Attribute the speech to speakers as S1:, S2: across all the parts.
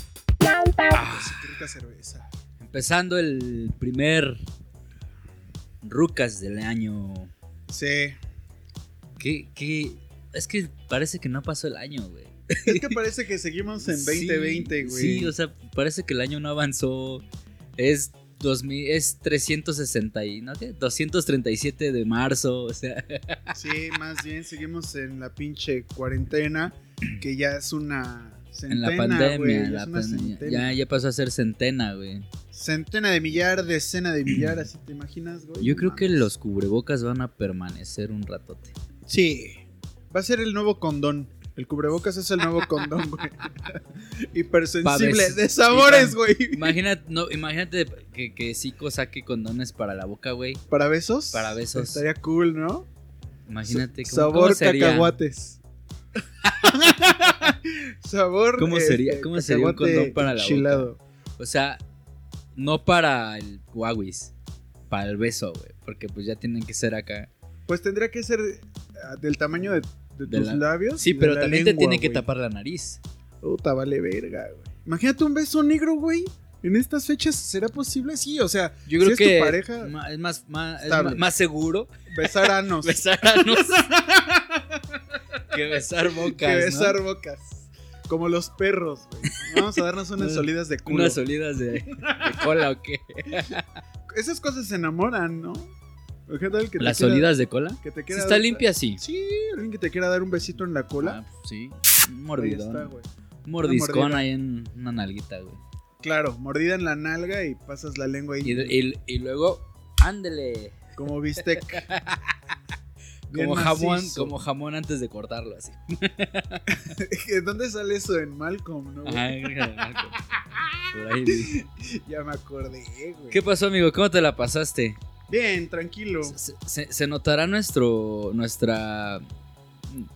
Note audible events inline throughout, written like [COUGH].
S1: Sí, qué rica cerveza.
S2: Empezando el primer Rucas del año.
S1: Sí.
S2: ¿Qué, qué? Es que parece que no pasó el año, güey.
S1: Es que parece que seguimos en 2020,
S2: [LAUGHS] Sí,
S1: güey.
S2: Sí, o sea, parece que el año no avanzó. Es 2000, es 360 y, ¿no? ¿Qué? 237 de marzo, o sea.
S1: Sí, más bien seguimos en la pinche cuarentena, que ya es una
S2: En
S1: centena,
S2: la pandemia,
S1: güey,
S2: en
S1: ya
S2: la
S1: es una
S2: pandemia.
S1: centena.
S2: Ya, ya pasó a ser centena, güey.
S1: Centena de millar, decena de millar, así te imaginas, güey.
S2: Yo
S1: No
S2: creo que
S1: mames.
S2: los cubrebocas van a permanecer un ratote.
S1: Sí, va a ser el nuevo condón. El cubrebocas es el nuevo condón,
S2: [LAUGHS]
S1: güey. Hipersensible
S2: Pabes-
S1: de sabores,
S2: y pan-
S1: güey.
S2: Imagínate, no, imagínate que, que Zico saque condones para la boca, güey.
S1: ¿Para besos?
S2: Para besos.
S1: Estaría cool, ¿no?
S2: Imagínate
S1: Sa-
S2: cómo,
S1: sabor
S2: cómo sería. [LAUGHS]
S1: cacahuates. sabor.
S2: ¿Cómo sería-
S1: este,
S2: cómo sería un
S1: cacahuate
S2: condón para la boca?
S1: enchilado.
S2: O sea, no para el guawis, para el beso, güey. Porque pues ya tienen que ser acá.
S1: Pues tendría que ser ah, del tamaño de, de
S2: De
S1: tus
S2: la-
S1: labios. y
S2: Sí,
S1: de
S2: pero
S1: la
S2: también te
S1: lengua,
S2: tiene que
S1: güey.
S2: tapar la nariz.
S1: Puta, vale verga, güey. Imagínate un beso negro, güey. En estas fechas, ¿será posible? Sí, o sea,
S2: Yo creo
S1: si
S2: que
S1: es tu pareja,
S2: ma- es más, más, es
S1: Estable.
S2: ma- más
S1: [LAUGHS]
S2: seguro [LAUGHS]
S1: besar anos.
S2: besar anos que besar bocas.
S1: que
S2: ¿no?
S1: besar bocas. Como los perros, güey. Vamos a darnos unas
S2: [LAUGHS] Unas-
S1: solidas de culo.
S2: Unas olidas de, de cola o qué.
S1: Esas cosas se enamoran, ¿no? ¿O ¿Qué tal que te
S2: ¿Las
S1: quiera-
S2: olidas de cola?
S1: Que te
S2: Si
S1: quiera
S2: está
S1: dar-
S2: limpia, sí.
S1: Sí, alguien que te quiera dar un besito en la cola.
S2: Ah, pues, sí. Un
S1: ahí
S2: mordidón.
S1: está, güey.
S2: un mordiscón
S1: mordida.
S2: ahí en una nalguita, güey.
S1: Claro, mordida en la nalga y pasas la lengua ahí
S2: Y, y- y luego, ándele.
S1: como
S2: [LAUGHS]
S1: bistec. Bien
S2: Como jamón,
S1: macizo.
S2: como jamón antes de cortarlo, así.
S1: [LAUGHS] ¿De ¿Dónde sale eso en Malcolm, no? güey?
S2: Ajá, hija de Marco. [LAUGHS] Por ahí, güey.
S1: Ya me acordé, güey.
S2: ¿Qué pasó, amigo? ¿Cómo te la pasaste?
S1: Bien, tranquilo.
S2: Se, se- se notará nuestro. nuestra.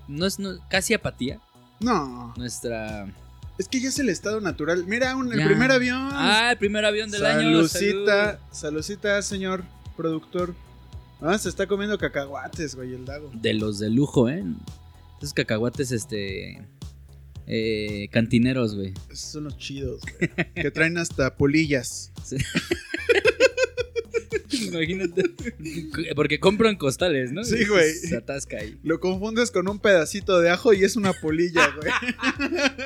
S2: No es no- casi apatía.
S1: No,
S2: Nuestra.
S1: es que ya es el estado natural. Mira, un- el
S2: Ya.
S1: primer avión.
S2: Ah, el primer avión del año.
S1: Salucita, salucita, señor productor. Ah, se está comiendo cacahuates, güey, el dago.
S2: salud. De los de lujo, ¿eh? Esos cacahuates, este. eh, cantineros, güey. [LAUGHS]
S1: Esos son los chidos, güey. que traen hasta polillas.
S2: Imagínate. Porque compran costales, ¿no?
S1: Sí, güey.
S2: Se atasca ahí.
S1: Lo confundes con un pedacito de ajo y es una polilla,
S2: [LAUGHS]
S1: güey.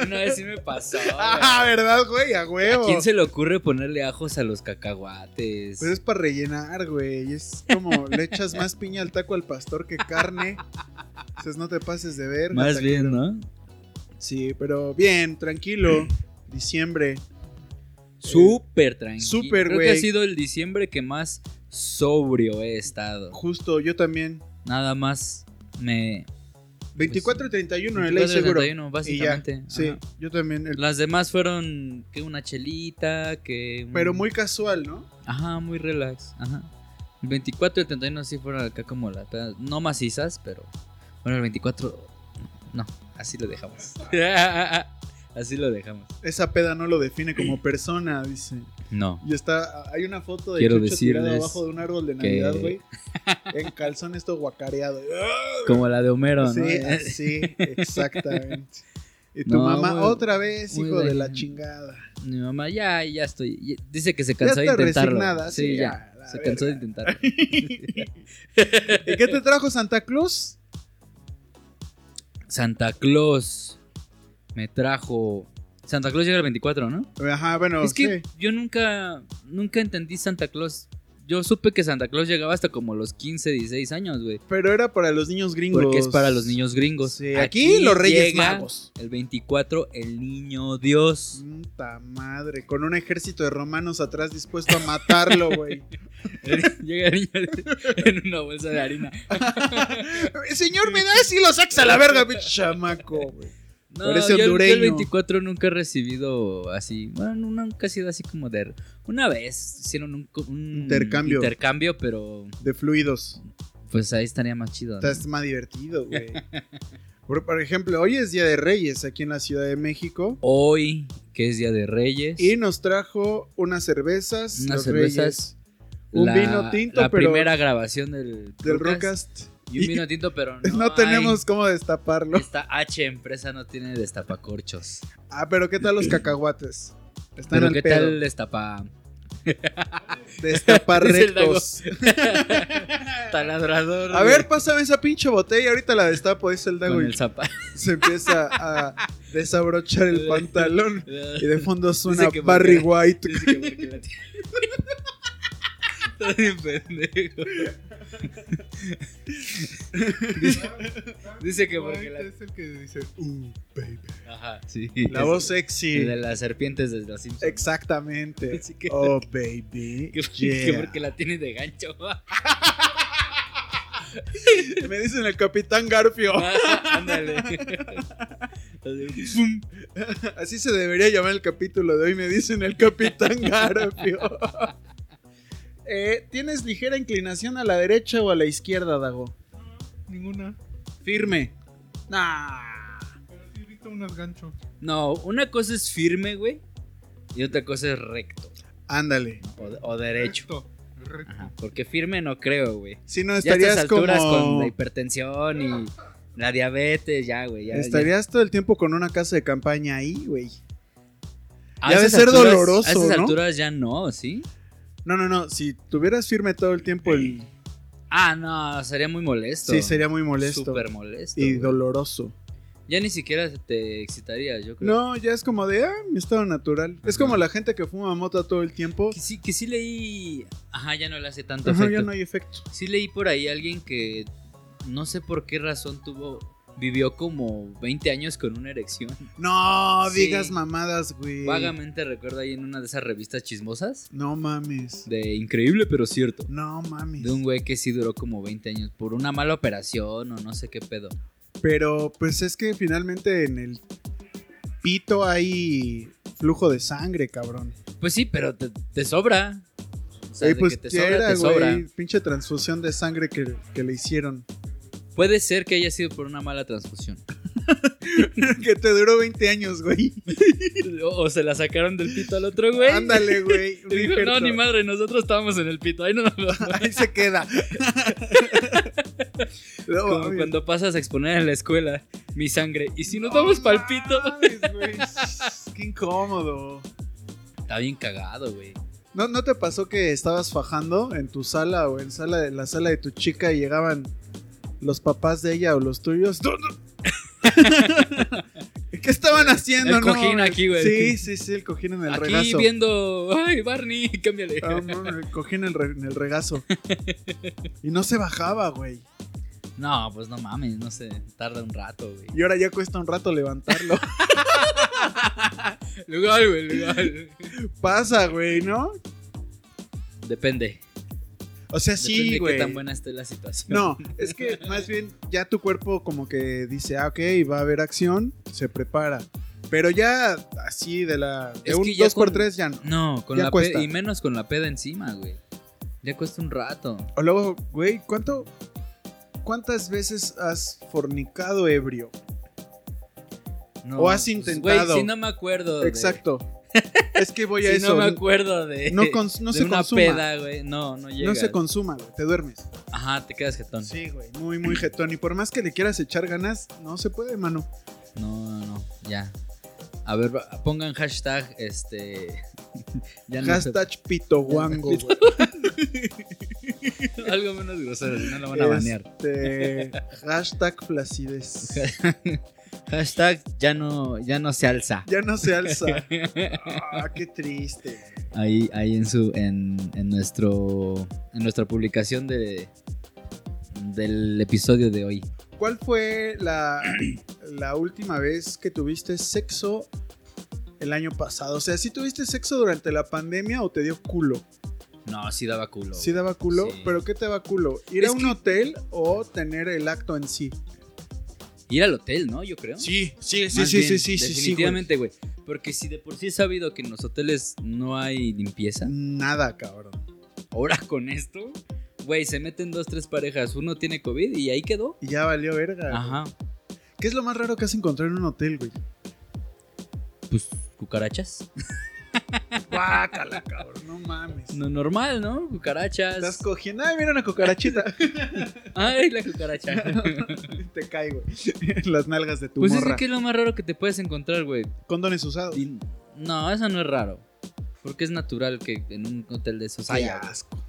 S2: Una vez sí
S1: [LAUGHS]
S2: me pasó. güey.
S1: ah, ¿verdad, güey? A huevo.
S2: ¿A quién se le ocurre ponerle ajos a los cacahuates?
S1: Pues es para rellenar, güey. Es como le echas más piña al taco al pastor que carne. Entonces no te pases de ver.
S2: Más bien, ¿no?
S1: Sí, pero bien, tranquilo. Diciembre.
S2: Súper tranquilo.
S1: súper,
S2: Creo
S1: güey.
S2: que ha sido el diciembre que más sobrio he estado.
S1: Justo, yo también.
S2: Nada más me.
S1: 24 y 31 de
S2: 24
S1: ley
S2: de
S1: seguro.
S2: 31,
S1: Y ya.
S2: básicamente.
S1: Sí,
S2: Ajá.
S1: yo también. El-
S2: Las demás fueron que una chelita, que. un-
S1: Pero muy casual, ¿no?
S2: Ajá, muy relax. Ajá. El 24 y el 31 sí fueron acá como las. pedas, No macizas, pero. Bueno, el 24. No, así lo dejamos. [LAUGHS] así lo dejamos.
S1: Esa peda no lo define
S2: [CLEARS THROAT]
S1: como persona, dice.
S2: No.
S1: Y está, hay una foto de
S2: Quiero
S1: Chucho tirado
S2: decirles
S1: abajo de un árbol de
S2: que-
S1: Navidad,
S2: [LAUGHS]
S1: güey. En calzón esto guacareado. Ah,
S2: Como la de Homero, ¿no? Este,
S1: sí, así, exactamente. Y tu
S2: No,
S1: mamá,
S2: muy-
S1: otra vez,
S2: muy
S1: hijo de la
S2: dañino.
S1: chingada.
S2: Mi mamá, ya, ya estoy. ya- Dice que se
S1: Ya
S2: cansó
S1: está
S2: de intentarlo.
S1: resignada,
S2: sí,
S1: sí,
S2: ya.
S1: ya, la
S2: se cansó de
S1: verga.
S2: intentarlo.
S1: ¿Y qué te trajo Santa Claus?
S2: Santa Claus me trajo. Santa Claus llega el 24, ¿no?
S1: Ajá, bueno,
S2: es que
S1: sí.
S2: yo nunca, nunca entendí Santa Claus. Yo supe que Santa Claus llegaba hasta como los 15, 16 años, güey.
S1: Pero era para los niños gringos.
S2: Porque es para los niños gringos.
S1: Sí, aquí, los Reyes
S2: llega
S1: Magos.
S2: El 24, el
S1: [LAUGHS]
S2: niño Dios.
S1: Puta madre, con un ejército de romanos atrás dispuesto a matarlo, güey.
S2: llega el niño Dios en una bolsa de harina.
S1: Señor, me das y lo sacas a la verga, pinche chamaco, güey.
S2: No,
S1: Parece
S2: yo, yo el
S1: hondureño.
S2: 24 nunca he recibido así. Bueno, no- nunca ha sido así como de. Una vez hicieron un, co- un
S1: Intercambio.
S2: intercambio, pero
S1: De fluidos.
S2: pues ahí estaría más chido. ¿no?
S1: Está más divertido, güey. Por, por ejemplo, hoy es Día de Reyes aquí en la Ciudad de México.
S2: Hoy, que es Día de Reyes.
S1: Y nos trajo unas cervezas.
S2: Unas
S1: los
S2: cervezas,
S1: Reyes. Un
S2: la-
S1: vino tinto,
S2: La
S1: pero
S2: primera grabación del.
S1: del
S2: podcast.
S1: Rockast.
S2: Y un
S1: Y- [LAUGHS]
S2: vino tinto, pero no.
S1: No,
S2: hay.
S1: tenemos cómo destaparlo.
S2: Esta H empresa no tiene destapacorchos.
S1: Ah, pero ¿qué tal
S2: [LAUGHS]
S1: los cacahuates? Están
S2: Pero
S1: al
S2: ¿qué
S1: pedo.
S2: tal destapa
S1: Destapar
S2: [LAUGHS] Dice el Dago.
S1: rectos.
S2: taladrador?
S1: A
S2: güey?
S1: ver, pásame esa pinche botella. Ahorita la destapo, dice el Dago.
S2: con
S1: y
S2: el zapato.
S1: se empieza a
S2: [LAUGHS]
S1: desabrochar el pantalón. Y de fondo suena
S2: Dice que
S1: Barry
S2: porque-
S1: White.
S2: Dice que porque la tiene. Está bien pendejo. Dice, dice [LAUGHS] que porque la.
S1: Es el que dice, "Ooh, baby".
S2: Ajá, sí.
S1: La
S2: Es
S1: voz
S2: el
S1: sexy.
S2: De las serpientes desde los Simpsons.
S1: Exactamente.
S2: Así que-
S1: Oh, baby.
S2: [LAUGHS] Que, que
S1: yeah.
S2: porque la tiene de gancho. [LAUGHS]
S1: Me dicen el Capitán Garfio.
S2: Ándale. Así, pum.
S1: Así se debería llamar el capítulo de hoy. Me dicen el
S2: [LAUGHS]
S1: Capitán Garfio. [LAUGHS] Eh, ¿Tienes ligera inclinación a la derecha o a la izquierda, Dago?
S3: Ninguna.
S1: Firme. Nah.
S3: Pero sí he visto unas gancho.
S2: No, una cosa es firme, güey. Y otra cosa es recto.
S1: Ándale.
S2: O, o derecho.
S3: Recto. Recto.
S2: Ajá, porque firme no creo, güey.
S1: Si no,
S2: Ya a estas
S1: estarías
S2: alturas con
S1: como.
S2: la hipertensión y la diabetes, ya, güey. Ya,
S1: Estarías todo el tiempo con una casa de campaña ahí, güey.
S2: ya. A
S1: ya debe
S2: esas
S1: ser
S2: alturas-
S1: doloroso,
S2: A esas
S1: ¿no?
S2: alturas ya no, ¿sí?
S1: No, no, no. Si tuvieras firme todo el tiempo, el...
S2: Ah, no, sería muy molesto.
S1: sí, sería muy molesto.
S2: Súper molesto.
S1: y
S2: güey.
S1: doloroso.
S2: Ya ni siquiera te excitaría, yo creo.
S1: No, ya es como de, ah, mi estado natural. Es
S2: Ajá.
S1: como la gente que fuma mota todo el tiempo.
S2: Que sí, que sí leí. Ajá, ya no le hace tanto
S1: Ajá,
S2: efecto.
S1: ya no hay efecto.
S2: Sí leí por ahí a alguien que no sé por qué razón tuvo. Vivió como 20 años con una erección.
S1: No
S2: Sí.
S1: digas mamadas, güey.
S2: Vagamente recuerdo ahí en una de esas revistas chismosas.
S1: No mames.
S2: De increíble pero cierto.
S1: No mames.
S2: De un güey que sí duró como 20 años por una mala operación o no sé qué pedo.
S1: Pero pues es que finalmente en el pito hay flujo de sangre, cabrón.
S2: Pues sí, pero te, te sobra. O sea,
S1: Ey,
S2: de
S1: pues
S2: que te
S1: ya
S2: sobra,
S1: era,
S2: te sobra.
S1: güey, pinche transfusión de sangre que, que le hicieron.
S2: Puede ser que haya sido por una mala transfusión.
S1: [LAUGHS] que te duró 20 años, güey.
S2: [LAUGHS] o, o se la sacaron del pito al otro güey. [LAUGHS]
S1: Ándale, güey.
S2: Y dijo, no,
S1: Riferto.
S2: ni madre, nosotros estábamos en el pito. Ahí no, no, no".
S1: Ahí se
S2: [LAUGHS]
S1: queda. [LAUGHS] No,
S2: Como
S1: mames.
S2: cuando pasas a exponer en la escuela mi sangre. Y si nos vamos pa'l pito.
S1: mames, güey. Qué incómodo.
S2: Está bien cagado, güey.
S1: ¿No, ¿No te pasó que estabas fajando en tu sala o en sala de, la sala de tu chica y llegaban los papás de ella o los tuyos? [LAUGHS] ¡No, no! ¿Qué estaban haciendo?
S2: El
S1: no,
S2: cojín
S1: mames?
S2: aquí, güey.
S1: Sí, sí, sí, el cojín en el
S2: Aquí
S1: regazo.
S2: viendo. Ay, Barney, [LAUGHS] cámbiale.
S1: Ah, no, el cojín en el, re- en el regazo. Y no se bajaba, güey.
S2: No, pues no mames, no sé. Tarda un rato, güey.
S1: Y ahora ya cuesta un rato levantarlo. [LAUGHS]
S2: Lugar, güey, lugar.
S1: Pasa, güey, ¿no?
S2: Depende.
S1: O sea,
S2: Depende
S1: sí,
S2: de
S1: güey.
S2: qué tan buena esté la situación. [LAUGHS]
S1: No, es que más bien ya tu cuerpo como que dice, ah, ok, va a haber acción, se prepara. Pero ya así de la... De
S2: Es
S1: un
S2: que ya
S1: 2 por
S2: con-
S1: 3 ya no.
S2: No, con
S1: Ya
S2: la
S1: cuesta.
S2: peda. Y menos con la peda encima, güey. Ya cuesta un rato.
S1: O luego, güey, ¿cuánto... ¿Cuántas veces has fornicado ebrio?
S2: No,
S1: O has
S2: pues,
S1: intentado.
S2: Güey, si no me acuerdo. de- [LAUGHS]
S1: Exacto. es que voy a
S2: si
S1: eso.
S2: no me
S1: No,
S2: acuerdo de.
S1: cons- no
S2: de
S1: se
S2: una
S1: consuma.
S2: peda, güey. No, no llega.
S1: no se consuma, güey, te duermes.
S2: Ajá, te quedas jetón.
S1: Sí, güey, muy, muy jetón. Y por más que le quieras echar ganas, no se puede, mano.
S2: No, no, no, ya. A ver, va- pongan hashtag, este... [LAUGHS] ya no sé,
S1: Hashtag pitoguango, güey.
S2: [LAUGHS] algo menos grosero, si no lo van a banear. [LAUGHS]
S1: Este, hashtag flacidez.
S2: Hashtag, ya no, ya no se alza.
S1: Ya no se [LAUGHS] alza. Ah, qué triste.
S2: Ahí, ahí en su, en, en nuestro, en nuestra publicación de, del episodio de hoy.
S1: ¿Cuál fue la, la última vez que tuviste sexo el año pasado? O sea, ¿sí tuviste sexo durante la pandemia o te dio culo?
S2: No, sí daba culo.
S1: Sí daba culo,
S2: Sí.
S1: pero ¿qué te daba culo? ¿Ir
S2: Es
S1: a un
S2: que-
S1: hotel o tener el acto en sí?
S2: Ir al hotel, ¿no? Yo creo.
S1: Sí, sí,
S2: Más bien, Definitivamente, güey. Porque si de por sí he sabido que en los hoteles no hay limpieza,
S1: Mm. Nada, cabrón.
S2: ahora con esto, güey, se meten dos, tres parejas. Uno tiene COVID y ahí quedó.
S1: Y ya valió verga.
S2: Ajá.
S1: ¿Qué [LAUGHS] es lo más raro que has encontrado en un hotel, güey?
S2: Pues cucarachas.
S1: Guácala, cabrón, no mames.
S2: No, normal, ¿no?
S1: Estás
S2: Cucarachas.
S1: cogiendo. Ay, mira una cucarachita.
S2: Ay, la cucaracha.
S1: te cae, güey. [LAUGHS] En las nalgas de [LAUGHS] tu
S2: pues
S1: morra.
S2: es que es lo más raro que te puedes encontrar, güey.
S1: Condones usados.
S2: Y- No, eso no es raro. Porque es natural que en un hotel de esos
S1: Ay,
S2: haya.
S1: asco.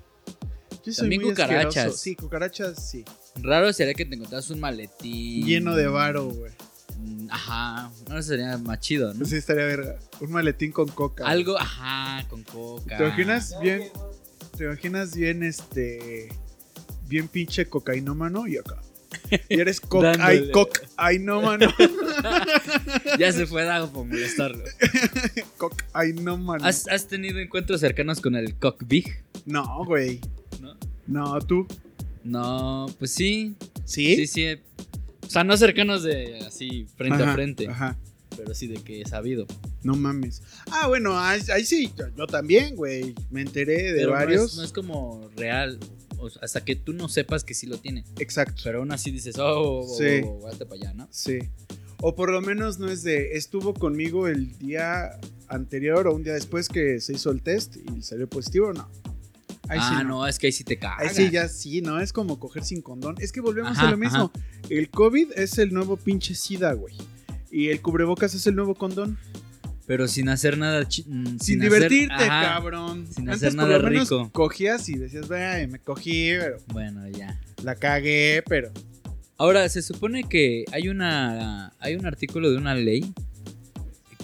S1: Yo
S2: También
S1: muy asqueroso.
S2: cucarachas.
S1: Sí, cucarachas, sí.
S2: Raro sería que te encontraras un maletín.
S1: Lleno de varo, güey.
S2: Mm, Ajá. No sería más chido, ¿no?
S1: Pues sí, estaría verga. Un maletín con coca. güey.
S2: Algo, ajá, con coca.
S1: ¿Te imaginas bien? ¿Te imaginas bien este. Bien pinche cocainómano y acá? Y
S2: [LAUGHS]
S1: eres
S2: Dándole.
S1: cocainómano.
S2: [LAUGHS]
S1: [LAUGHS]
S2: Ya se fue Dago por molestarlo.
S1: Cocainómano.
S2: ¿Has, has tenido encuentros cercanos con el cock big?
S1: No, güey.
S2: ¿No?
S1: No, tú.
S2: No, pues sí.
S1: ¿Sí?
S2: Sí, sí. eh. O sea, no cercanos de así, frente a
S1: Ajá,
S2: frente.
S1: Ajá.
S2: Pero sí de que he sabido.
S1: No mames. Ah, bueno, ahí, ahí sí, yo, yo también, güey. Me enteré de
S2: Pero no es-
S1: varios.
S2: No es, como real. o sea, hasta que tú no sepas que sí lo tiene.
S1: Exacto.
S2: Pero aún así dices, oh, oh,
S1: Sí.
S2: oh, oh, hazte para allá, ¿no?
S1: Sí. O por lo menos no es de. Estuvo conmigo el día anterior o un día después que se hizo el test y salió positivo, no. Ahí
S2: ah,
S1: sí.
S2: no. es que ahí sí te cagas.
S1: Ahí sí, ya sí, ¿no? Es como coger sin condón. Es que volvemos
S2: Ajá,
S1: a lo mismo. El COVID es el nuevo pinche SIDA, güey. Y el cubrebocas es el nuevo condón.
S2: Pero sin hacer nada. chi- mm, sin,
S1: Sin,
S2: hacer-
S1: divertirte,
S2: ajá.
S1: cabrón.
S2: Sin hacer nada rico.
S1: Cogías y decías, "Ay, me cogí, pero
S2: Bueno, ya.
S1: la cagué, pero.
S2: Ahora, se supone que hay una. Hay un artículo de una ley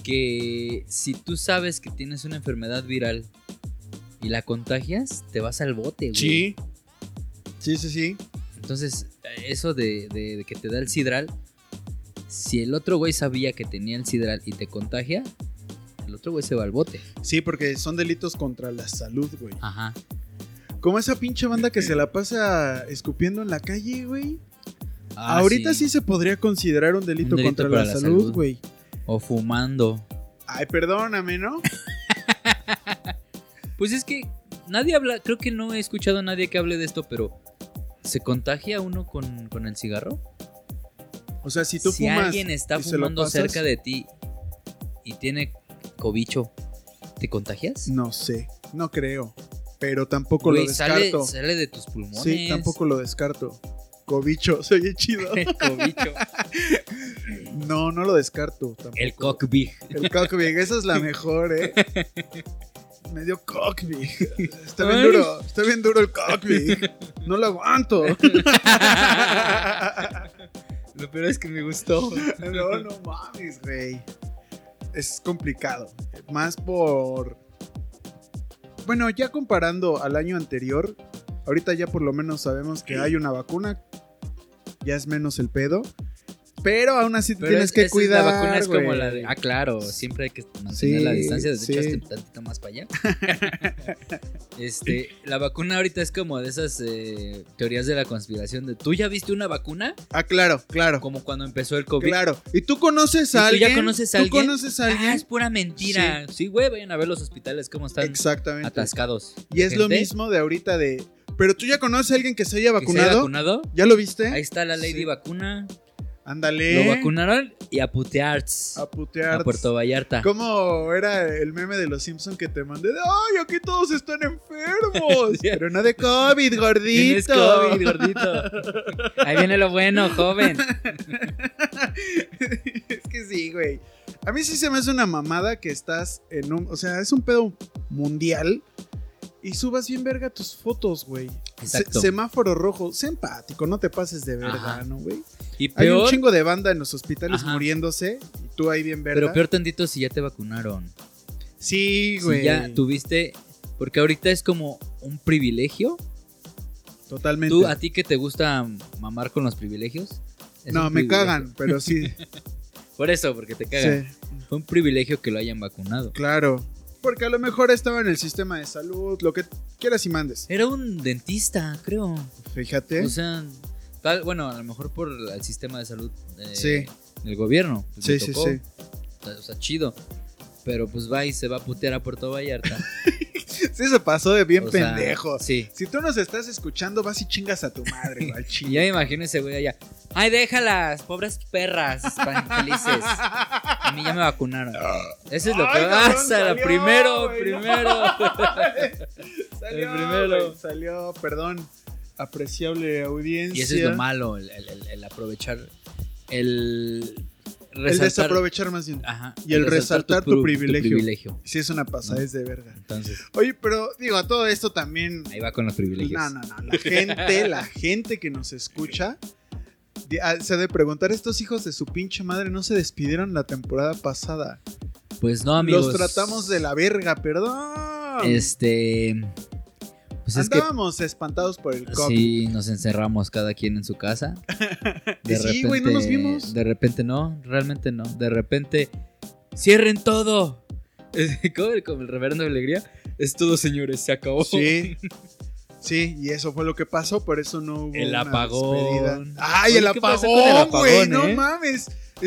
S2: que si tú sabes que tienes una enfermedad viral y la contagias, te vas al bote, güey.
S1: Sí. Sí, sí, sí.
S2: Entonces, eso de, de- de que te da el sidral, si el otro güey sabía que tenía el sidral y te contagia, el otro güey se va al bote.
S1: Sí, porque son delitos contra la salud, güey.
S2: Ajá.
S1: Como esa pinche banda que se la pasa escupiendo en la calle, güey.
S2: Ah,
S1: Ahorita sí. se podría considerar un delito,
S2: Un delito
S1: contra
S2: para
S1: la,
S2: la
S1: salud,
S2: salud.
S1: güey.
S2: O fumando.
S1: Ay, perdóname, ¿no?
S2: Pues es que nadie habla, creo que no he escuchado a nadie que hable de esto, pero ¿se contagia uno con, con el cigarro?
S1: O sea, si tú
S2: si
S1: fumas.
S2: alguien está
S1: y se lo
S2: fumando
S1: pasas-
S2: cerca de ti y tiene cobicho, ¿te contagias?
S1: No sé, no creo. Pero tampoco
S2: Güey,
S1: lo
S2: sale,
S1: descarto.
S2: sale de tus pulmones.
S1: sí,
S2: [LAUGHS]
S1: tampoco lo descarto. Cobicho, [LAUGHS] se oye chido.
S2: cobicho. [LAUGHS]
S1: No, no lo descarto. Tampoco.
S2: El cock
S1: [LAUGHS]
S2: big.
S1: El cockpit, esa es la mejor, ¿eh? Me dio cockpit. Está bien
S2: Ay.
S1: duro, está bien duro el cockpit. No lo aguanto.
S2: [LAUGHS] Lo peor es que me gustó.
S1: No, no mames, güey. Es complicado. Más por. Bueno, ya comparando al año anterior, ahorita ya por lo menos sabemos que hay una vacuna. Ya es menos el pedo. Pero aún así te
S2: Pero
S1: tienes
S2: es-
S1: que
S2: esa es
S1: cuidar.
S2: La vacuna es como
S1: güey.
S2: la de. Ah, claro, siempre hay que mantener la
S1: Sí,
S2: distancia. De hecho,
S1: sí.
S2: hazte un tantito más para allá. [LAUGHS] este, la vacuna ahorita es como de esas eh, teorías de la conspiración. De, ¿Tú ya viste una vacuna?
S1: Ah, claro, claro.
S2: Como cuando empezó el COVID.
S1: Claro. ¿Y tú conoces
S2: ¿Y
S1: a
S2: tú ya
S1: alguien?
S2: conoces a
S1: ¿Tú
S2: alguien?
S1: conoces a
S2: Ah, es
S1: alguien?
S2: pura mentira. Sí, güey, vayan a ver los hospitales cómo están
S1: Exactamente.
S2: atascados.
S1: Y es lo
S2: Gente
S1: mismo de ahorita de. Pero tú ya conoces a alguien que se haya
S2: que se haya
S1: vacunado.
S2: vacunado.
S1: ¿Ya lo viste?
S2: Ahí está la lady
S1: Sí.
S2: vacuna.
S1: Ándale.
S2: Lo vacunaron y a putear.
S1: A
S2: A,
S1: putear.
S2: Puerto Vallarta.
S1: ¿Cómo era el meme de los Simpson que te mandé? De, ¡Ay, aquí todos están
S2: [LAUGHS]
S1: enfermos!
S2: Sí.
S1: Pero no de COVID,
S2: Tienes
S1: gordito.
S2: COVID, gordito. Ahí viene lo bueno, joven.
S1: [LAUGHS] es que sí, güey. A mí sí se me hace una mamada que estás en un. O sea, es un pedo mundial. Y subas bien verga tus fotos, güey. Se-
S2: Exacto.
S1: semáforo rojo. Sé empático, no te pases de verga,
S2: Ajá.
S1: ¿no, güey?
S2: y
S1: Hay un
S2: peor,
S1: chingo de banda en los hospitales
S2: Ajá.
S1: muriéndose. Y tú ahí bien verga.
S2: pero peor tantito si ya te vacunaron.
S1: Sí, güey.
S2: Si ya tuviste, porque ahorita es como un privilegio.
S1: Totalmente.
S2: Tú a ti que te gusta mamar con los privilegios. es
S1: no,
S2: un
S1: me
S2: privilegio.
S1: cagan, pero
S2: [LAUGHS]
S1: sí.
S2: Por eso, porque te cagan.
S1: sí.
S2: Fue un privilegio que lo hayan vacunado.
S1: Claro. Porque a lo mejor estaba en el sistema de salud, lo que quieras y mandes.
S2: Era un dentista, creo.
S1: Fíjate.
S2: O sea, tal, bueno, a lo mejor por el sistema de salud eh,
S1: Sí.
S2: del gobierno. pues,
S1: sí,
S2: le
S1: sí,
S2: tocó.
S1: sí. [LAUGHS]
S2: O sea, chido. Pero pues va y se va a putear a Puerto Vallarta.
S1: Sí, se pasó de [LAUGHS] bien
S2: O sea,
S1: pendejo.
S2: sí.
S1: Si tú nos estás escuchando, vas y chingas a tu
S2: [LAUGHS]
S1: madre, güey, al
S2: Y
S1: chile. [LAUGHS]
S2: ya me imagino ese güey allá. Ay, déjalas, pobres perras, pan- felices. mí ya me vacunaron. Eso es lo que
S1: Ay,
S2: [LAUGHS]
S1: cabrón,
S2: pasa.
S1: salió,
S2: Primero,
S1: güey, no.
S2: primero. [LAUGHS]
S1: Salió,
S2: El primero.
S1: güey, salió, perdón. Apreciable audiencia.
S2: Y eso es lo malo, el, el- el- el aprovechar, el
S1: El
S2: resaltar.
S1: desaprovechar más bien.
S2: Ajá,
S1: y el resaltar tu
S2: pru-
S1: privilegio. Sí, es una pasada,
S2: No.
S1: es de verga.
S2: Entonces,
S1: Oye, pero digo, a todo esto también.
S2: ahí va con los privilegios.
S1: No, no, no. La gente, la gente que nos escucha di- ah, se ha de preguntar: estos hijos de su pinche madre no se despidieron la temporada pasada.
S2: Pues no, amigos.
S1: Los tratamos de la verga, perdón.
S2: Este. Pues es que
S1: Andábamos espantados por el COVID.
S2: sí, nos encerramos cada quien en su
S1: [LAUGHS]
S2: casa.
S1: Y sí, güey, no nos vimos.
S2: De repente no, realmente no. De repente, cierren todo. [LAUGHS] Como el, como el reverendo de alegría. Es todo, señores, se acabó.
S1: Sí. Sí, y eso fue lo que pasó, por eso no hubo
S2: El
S1: una
S2: apagón.
S1: despedida. Ay,
S2: Oye,
S1: el
S2: ¿qué pasó con
S1: apagón,
S2: el
S1: güey,
S2: apagón,
S1: no
S2: eh?
S1: mames. Estuvo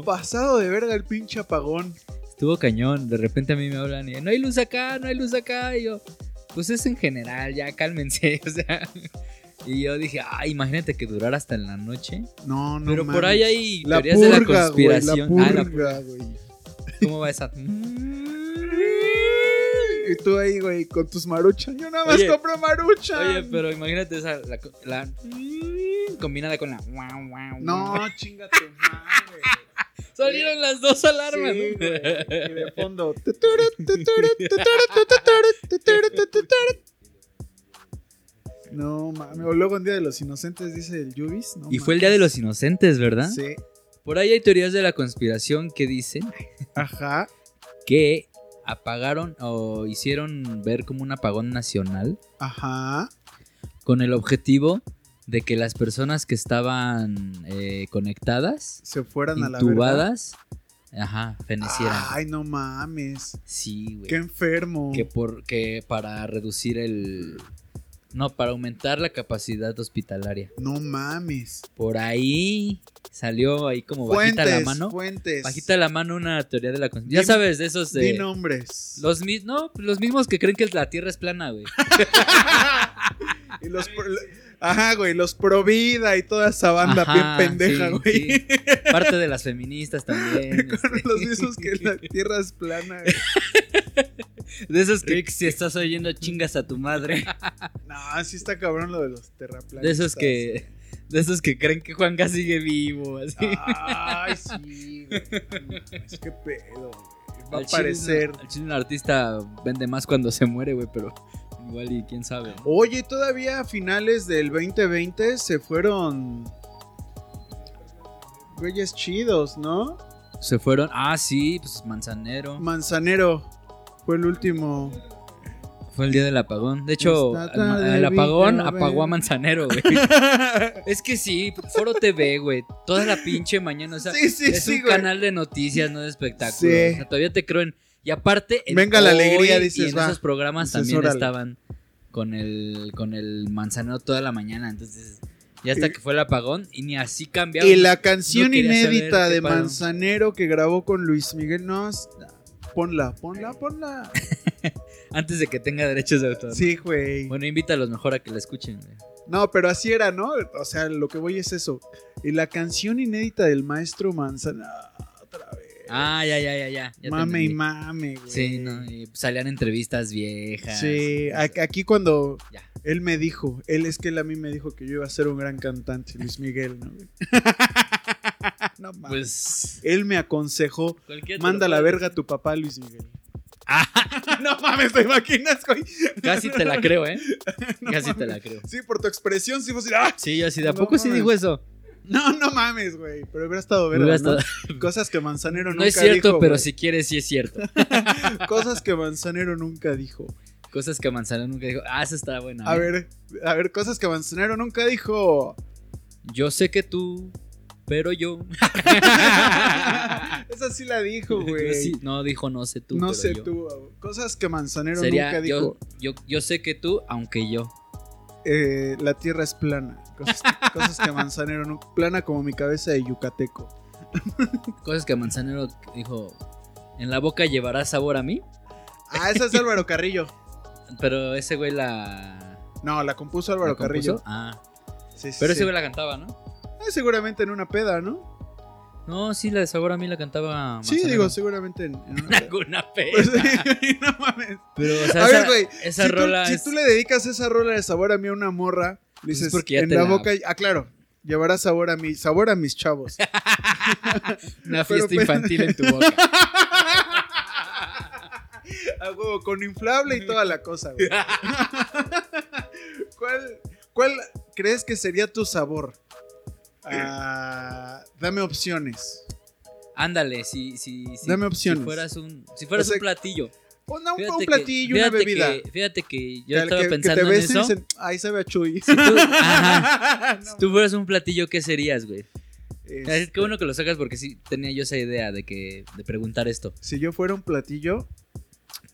S2: Estuvo-
S1: pasado de verga el pinche apagón.
S2: Estuvo cañón. De repente a mí me hablan y no hay luz acá, no hay luz acá. Y yo, pues es en general, ya cálmense. [LAUGHS] O sea. Y yo dije, ay, imagínate que durara hasta en la noche.
S1: No, no
S2: Pero
S1: mames.
S2: por ahí hay
S1: la
S2: teorías de la
S1: purga, güey, la
S2: conspiración. Ah, la-
S1: purga, güey.
S2: ¿Cómo
S1: [LAUGHS]
S2: va esa?
S1: Y tú ahí, güey, con tus maruchas. Yo nada más
S2: Oye,
S1: compro maruchas.
S2: Oye, pero imagínate esa, la, la- combinada con la guau, guau,
S1: No,
S2: guau.
S1: chinga tu madre.
S2: [LAUGHS] Salieron las dos alarmas.
S1: Sí, güey, y de fondo. No mames, o luego en Día de los Inocentes dice el Yubis, ¿no?
S2: [LAUGHS] y fue el Día de
S1: mames.
S2: los Inocentes, ¿verdad?
S1: Sí.
S2: Por ahí hay teorías de la conspiración que dicen
S1: Ajá.
S2: que apagaron o hicieron ver como un apagón nacional
S1: Ajá.
S2: con el objetivo de que las personas que estaban eh, conectadas,
S1: Se fueran a la verdad.
S2: intubadas, ajá, fenecieran.
S1: Ay, no mames.
S2: sí, güey.
S1: Qué enfermo.
S2: que por que para reducir el no para aumentar la capacidad hospitalaria
S1: No mames.
S2: por ahí salió ahí como bajita
S1: fuentes,
S2: la mano
S1: fuentes.
S2: bajita la mano una teoría de la conspiración
S1: Di-
S2: ya sabes de esos
S1: Di
S2: de
S1: nombres.
S2: los mis- no pues los mismos que creen que la tierra es plana güey
S1: Y los pro- Ajá, güey, los pro vida y toda esa banda
S2: Ajá,
S1: bien pendeja,
S2: sí,
S1: güey. [LAUGHS]
S2: sí. parte de las feministas también
S1: Con
S2: este,
S1: los mismos que la tierra es plana. güey.
S2: [LAUGHS] de esos que si estás oyendo chingas a tu madre
S1: No, sí está cabrón lo de los terraplanistas.
S2: de esos que de esos que creen que Juanga sigue vivo así
S1: Ay, sí, güey. No mames, qué pedo, güey. Va
S2: Al
S1: a
S2: chile,
S1: parecer.
S2: al chile un artista vende más cuando se muere, güey, pero igual y quién sabe. ¿no?
S1: Oye, todavía a finales del 2020 se fueron. Güeyes chidos, ¿no?
S2: Se fueron. Ah, sí, pues Manzanero.
S1: Manzanero fue el último.
S2: Fue el día del apagón. De hecho,
S1: Esta
S2: al ma-
S1: tarde
S2: el
S1: vi
S2: apagón
S1: que
S2: apagó
S1: ver-
S2: a
S1: [LAUGHS]
S2: Manzanero, güey. es que sí, Foro TV, güey. Toda la pinche mañana. O sea,
S1: Sí, sí,
S2: es
S1: sí,
S2: un
S1: güey.
S2: canal de noticias, no de espectáculos.
S1: Sí.
S2: O sea, todavía te creo en. Y aparte, en
S1: Venga la
S2: Hoy
S1: alegría, dices,
S2: Y en
S1: va.
S2: esos programas
S1: Dices,
S2: también
S1: órale.
S2: estaban con el, con el manzanero toda la mañana. Entonces, ya hasta
S1: Y-
S2: que fue el apagón, y ni así cambiaron.
S1: Y la canción
S2: No quería saber
S1: inédita
S2: qué
S1: de
S2: pedo.
S1: Manzanero que grabó con Luis Miguel Nos. Ponla, ponla, ponla.
S2: Antes de que tenga derechos de autor.
S1: Sí, güey.
S2: Bueno, invítalos mejor a que la escuchen. güey.
S1: No, pero así era, ¿no? O sea, lo que voy es eso. Y la canción inédita del maestro Manzanero. Otra vez.
S2: Ah, ya, ya, ya, ya. ya te
S1: mame y
S2: entendí.
S1: mame, güey.
S2: Sí, no, y salían entrevistas viejas.
S1: Sí, a- aquí cuando
S2: Ya.
S1: él me dijo, él es que él a mí me dijo que yo iba a ser un gran cantante, Luis Miguel,
S2: [LAUGHS]
S1: ¿no? güey? no mames.
S2: Pues.
S1: él me aconsejó,
S2: cualquiera te
S1: manda
S2: lo
S1: la
S2: [LAUGHS] puede
S1: verga a tu papá, Luis Miguel.
S2: Ah,
S1: no mames, te imaginas, güey.
S2: casi te [LAUGHS] la creo, ¿eh?
S1: No
S2: Casi te
S1: mames.
S2: la creo.
S1: Sí, por tu expresión, sí fue así. ¡ah!
S2: Sí, yo así, ¿de a
S1: No
S2: poco sí
S1: mames.
S2: dijo eso?
S1: [LAUGHS] No, no mames, güey. Pero hubiera estado verga.
S2: Hubiera
S1: ¿no?
S2: estado-
S1: [LAUGHS] Cosas que Manzanero
S2: No,
S1: nunca
S2: es cierto,
S1: dijo,
S2: pero
S1: güey.
S2: si quieres, sí es cierto. [LAUGHS]
S1: Cosas que Manzanero nunca dijo.
S2: Cosas que Manzanero nunca dijo. Ah, esa está buena.
S1: A
S2: ¿eh?
S1: ver, a ver, cosas que Manzanero nunca dijo.
S2: Yo sé que tú, pero yo. [LAUGHS]
S1: Esa sí la dijo, güey.
S2: Yo sí- [LAUGHS] no, dijo no sé tú.
S1: no
S2: pero
S1: sé
S2: yo.
S1: tú. güey. Cosas que Manzanero
S2: Sería
S1: nunca
S2: yo,
S1: dijo.
S2: yo, yo sé que tú, aunque yo.
S1: Eh, la tierra es plana. Cosas, [LAUGHS] cosas que Manzanero nunca. Plana como mi cabeza de yucateco.
S2: Cosas que Manzanero dijo, en la boca llevará sabor a mí,
S1: Ah, esa es Álvaro Carrillo.
S2: pero ese güey la...
S1: No, la compuso Álvaro
S2: la
S1: Carrillo.
S2: compuso. Ah,
S1: Sí, sí,
S2: pero
S1: sí.
S2: ese güey la cantaba, ¿no?
S1: Ah, seguramente en una peda, ¿no?
S2: No, sí, la de Sabor a mí la cantaba.
S1: Sí,
S2: Manzanero.
S1: digo,
S2: [LAUGHS]
S1: seguramente en, en una-
S2: Alguna vez.
S1: Pues sí, no mames.
S2: Pero, o sea,
S1: A
S2: esa,
S1: ver, güey,
S2: esa
S1: si, tú-
S2: rola
S1: si
S2: es-
S1: tú le dedicas esa rola de sabor a mí a una morra, le
S2: Pues es
S1: dices,
S2: porque ya
S1: en
S2: te
S1: la
S2: la-
S1: boca, ah, claro, llevará sabor a mí, sabor a mis
S2: [LAUGHS]
S1: chavos.
S2: una
S1: pero-
S2: fiesta infantil
S1: [LAUGHS]
S2: en tu boca.
S1: A huevo, con inflable y toda la cosa,
S2: [LAUGHS]
S1: güey. ¿Cuál, ¿Cuál crees que sería tu sabor? Ah, dame opciones.
S2: Ándale, si, si, si,
S1: Dame
S2: si
S1: opciones.
S2: fueras un, si fueras
S1: O sea,
S2: un platillo.
S1: Una- un-
S2: Fíjate
S1: un
S2: que-
S1: platillo, una
S2: fíjate
S1: bebida.
S2: que- fíjate que yo
S1: Al
S2: estaba
S1: que- que
S2: pensando
S1: te ves
S2: en
S1: y
S2: eso.
S1: dicen, ahí sabe a Chuy.
S2: Si tú,
S1: [LAUGHS]
S2: ajá,
S1: No,
S2: si tú fueras un platillo, ¿qué serías, güey?
S1: este,
S2: [LAUGHS] Es que bueno que lo sacas porque sí tenía yo esa idea de que de preguntar esto.
S1: Si yo fuera un platillo,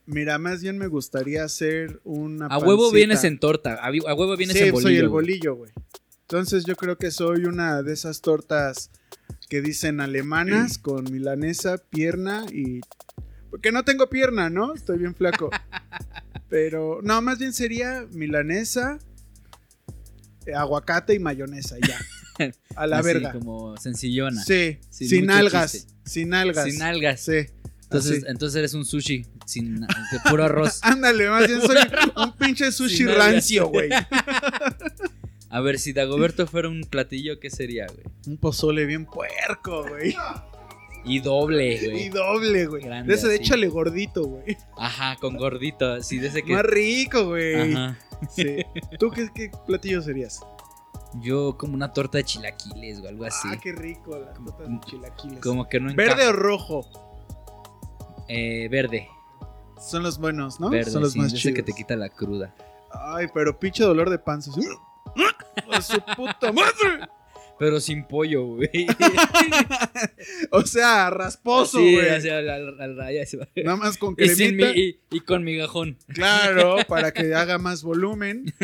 S1: mira, más bien me gustaría hacer una.
S2: A huevo
S1: pancita.
S2: vienes en torta, a, vi- a huevo vienes
S1: Sí,
S2: en bolillo.
S1: soy el
S2: güey.
S1: bolillo, güey. Entonces yo creo que soy una de esas tortas que dicen alemanas
S2: [CLEARS THROAT]
S1: con milanesa, pierna y... Porque no tengo pierna, ¿no? Estoy bien
S2: [LAUGHS]
S1: flaco. Pero no, más bien sería milanesa, eh, aguacate y mayonesa,
S2: [LAUGHS]
S1: ya. A la
S2: Así
S1: verga.
S2: como sencillona.
S1: Sí,
S2: Sin
S1: sin,
S2: mucho
S1: algas,
S2: chiste.
S1: sin algas.
S2: Sin algas.
S1: Sí.
S2: Entonces,
S1: así.
S2: entonces eres un sushi sin de puro arroz.
S1: Ándale, más
S2: [LAUGHS]
S1: bien soy un pinche sushi
S2: Sin algas. [LAUGHS]
S1: rancio, güey.
S2: A ver, si Dagoberto fuera un platillo, ¿qué sería, güey?
S1: Un pozole bien puerco, güey.
S2: Y doble,
S1: Y
S2: güey.
S1: doble, güey.
S2: Grande,
S1: De ese de
S2: así.
S1: échale gordito, güey.
S2: Ajá, con gordito, así [LAUGHS] de ese que.
S1: Más rico, güey.
S2: Ajá. Ah,
S1: Sí. ¿Tú qué, qué platillo serías?
S2: Yo como una torta de chilaquiles o algo así.
S1: Ah, qué rico, las tortas de chilaquiles.
S2: Como que no
S1: Verde
S2: encaja.
S1: o rojo
S2: Eh, verde.
S1: son los buenos, ¿no?
S2: Verde,
S1: son los
S2: sí,
S1: más
S2: de ese
S1: chidos.
S2: que te quita la cruda.
S1: Ay, pero pinche dolor de panza.
S2: [LAUGHS]
S1: así. ¡A su puta madre!
S2: Pero sin pollo,
S1: [LAUGHS]
S2: güey.
S1: O sea, rasposo,
S2: Sí,
S1: güey.
S2: o sea, al- al- al- ahí se va. [LAUGHS]
S1: Nada más con
S2: Y, sin mi-
S1: cremita.
S2: y- y con migajón.
S1: Claro, para
S2: [LAUGHS]
S1: que haga más volumen.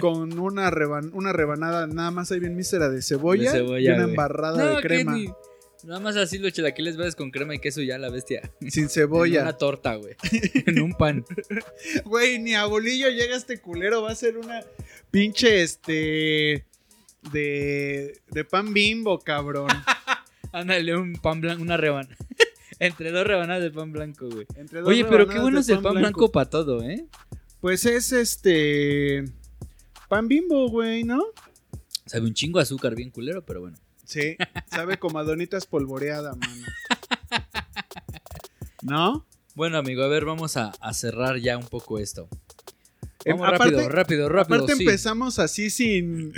S1: Con una, reban- una rebanada nada más ahí bien mísera de cebolla,
S2: De cebolla,
S1: y una
S2: güey.
S1: embarrada de
S2: que
S1: crema.
S2: ni- Nada más así los chilaquiles verdes con crema y queso y ya la bestia.
S1: Sin
S2: En
S1: cebolla.
S2: una
S1: [LAUGHS]
S2: torta, güey. en un pan.
S1: Güey, ni a bolillo llega este culero, va a ser una pinche este de, de pan bimbo, cabrón.
S2: Ándale, un pan blanco, una rebanada. [LAUGHS] Entre dos rebanadas de pan blanco, güey.
S1: Entre dos
S2: Oye, pero
S1: rebanadas
S2: qué bueno
S1: de
S2: es el pan blanco para todo, ¿eh?
S1: Pues es este pan bimbo, güey, ¿no?
S2: Sabe un chingo de azúcar, bien culero, pero bueno.
S1: Sí, sabe como a donita espolvoreada, mano. ¿No?
S2: Bueno, amigo, a ver, vamos a, a cerrar ya un poco esto.
S1: Em,
S2: Vamos
S1: aparte-
S2: rápido, rápido, rápido.
S1: Aparte
S2: sí,
S1: empezamos así sin...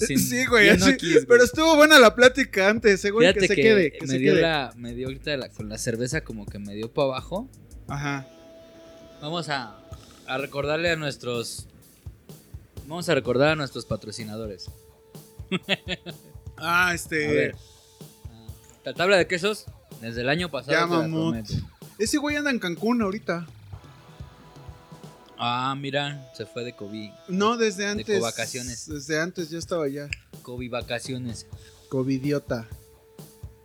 S1: [LAUGHS]
S2: [CLEARS THROAT] sin-
S1: sí, güey,
S2: ya no
S1: así-
S2: quis, güey.
S1: Pero estuvo buena la plática antes, seguro
S2: Fíjate
S1: que se quede. Que
S2: me
S1: se
S2: dio
S1: quede.
S2: la, me dio ahorita la- con la cerveza como que me dio para abajo.
S1: Ajá.
S2: Vamos a, a recordarle a nuestros. Vamos a recordar a nuestros patrocinadores.
S1: Ah,
S2: A
S1: este...
S2: ver. ah, La tabla de quesos, desde el año pasado.
S1: Ya,
S2: te la
S1: mamut.
S2: prometo.
S1: Ese güey anda en Cancún ahorita.
S2: Ah, mira, se fue de COVID.
S1: No, desde antes.
S2: covacaciones.
S1: Desde antes yo estaba ya.
S2: COVID vacaciones.
S1: Covidiota.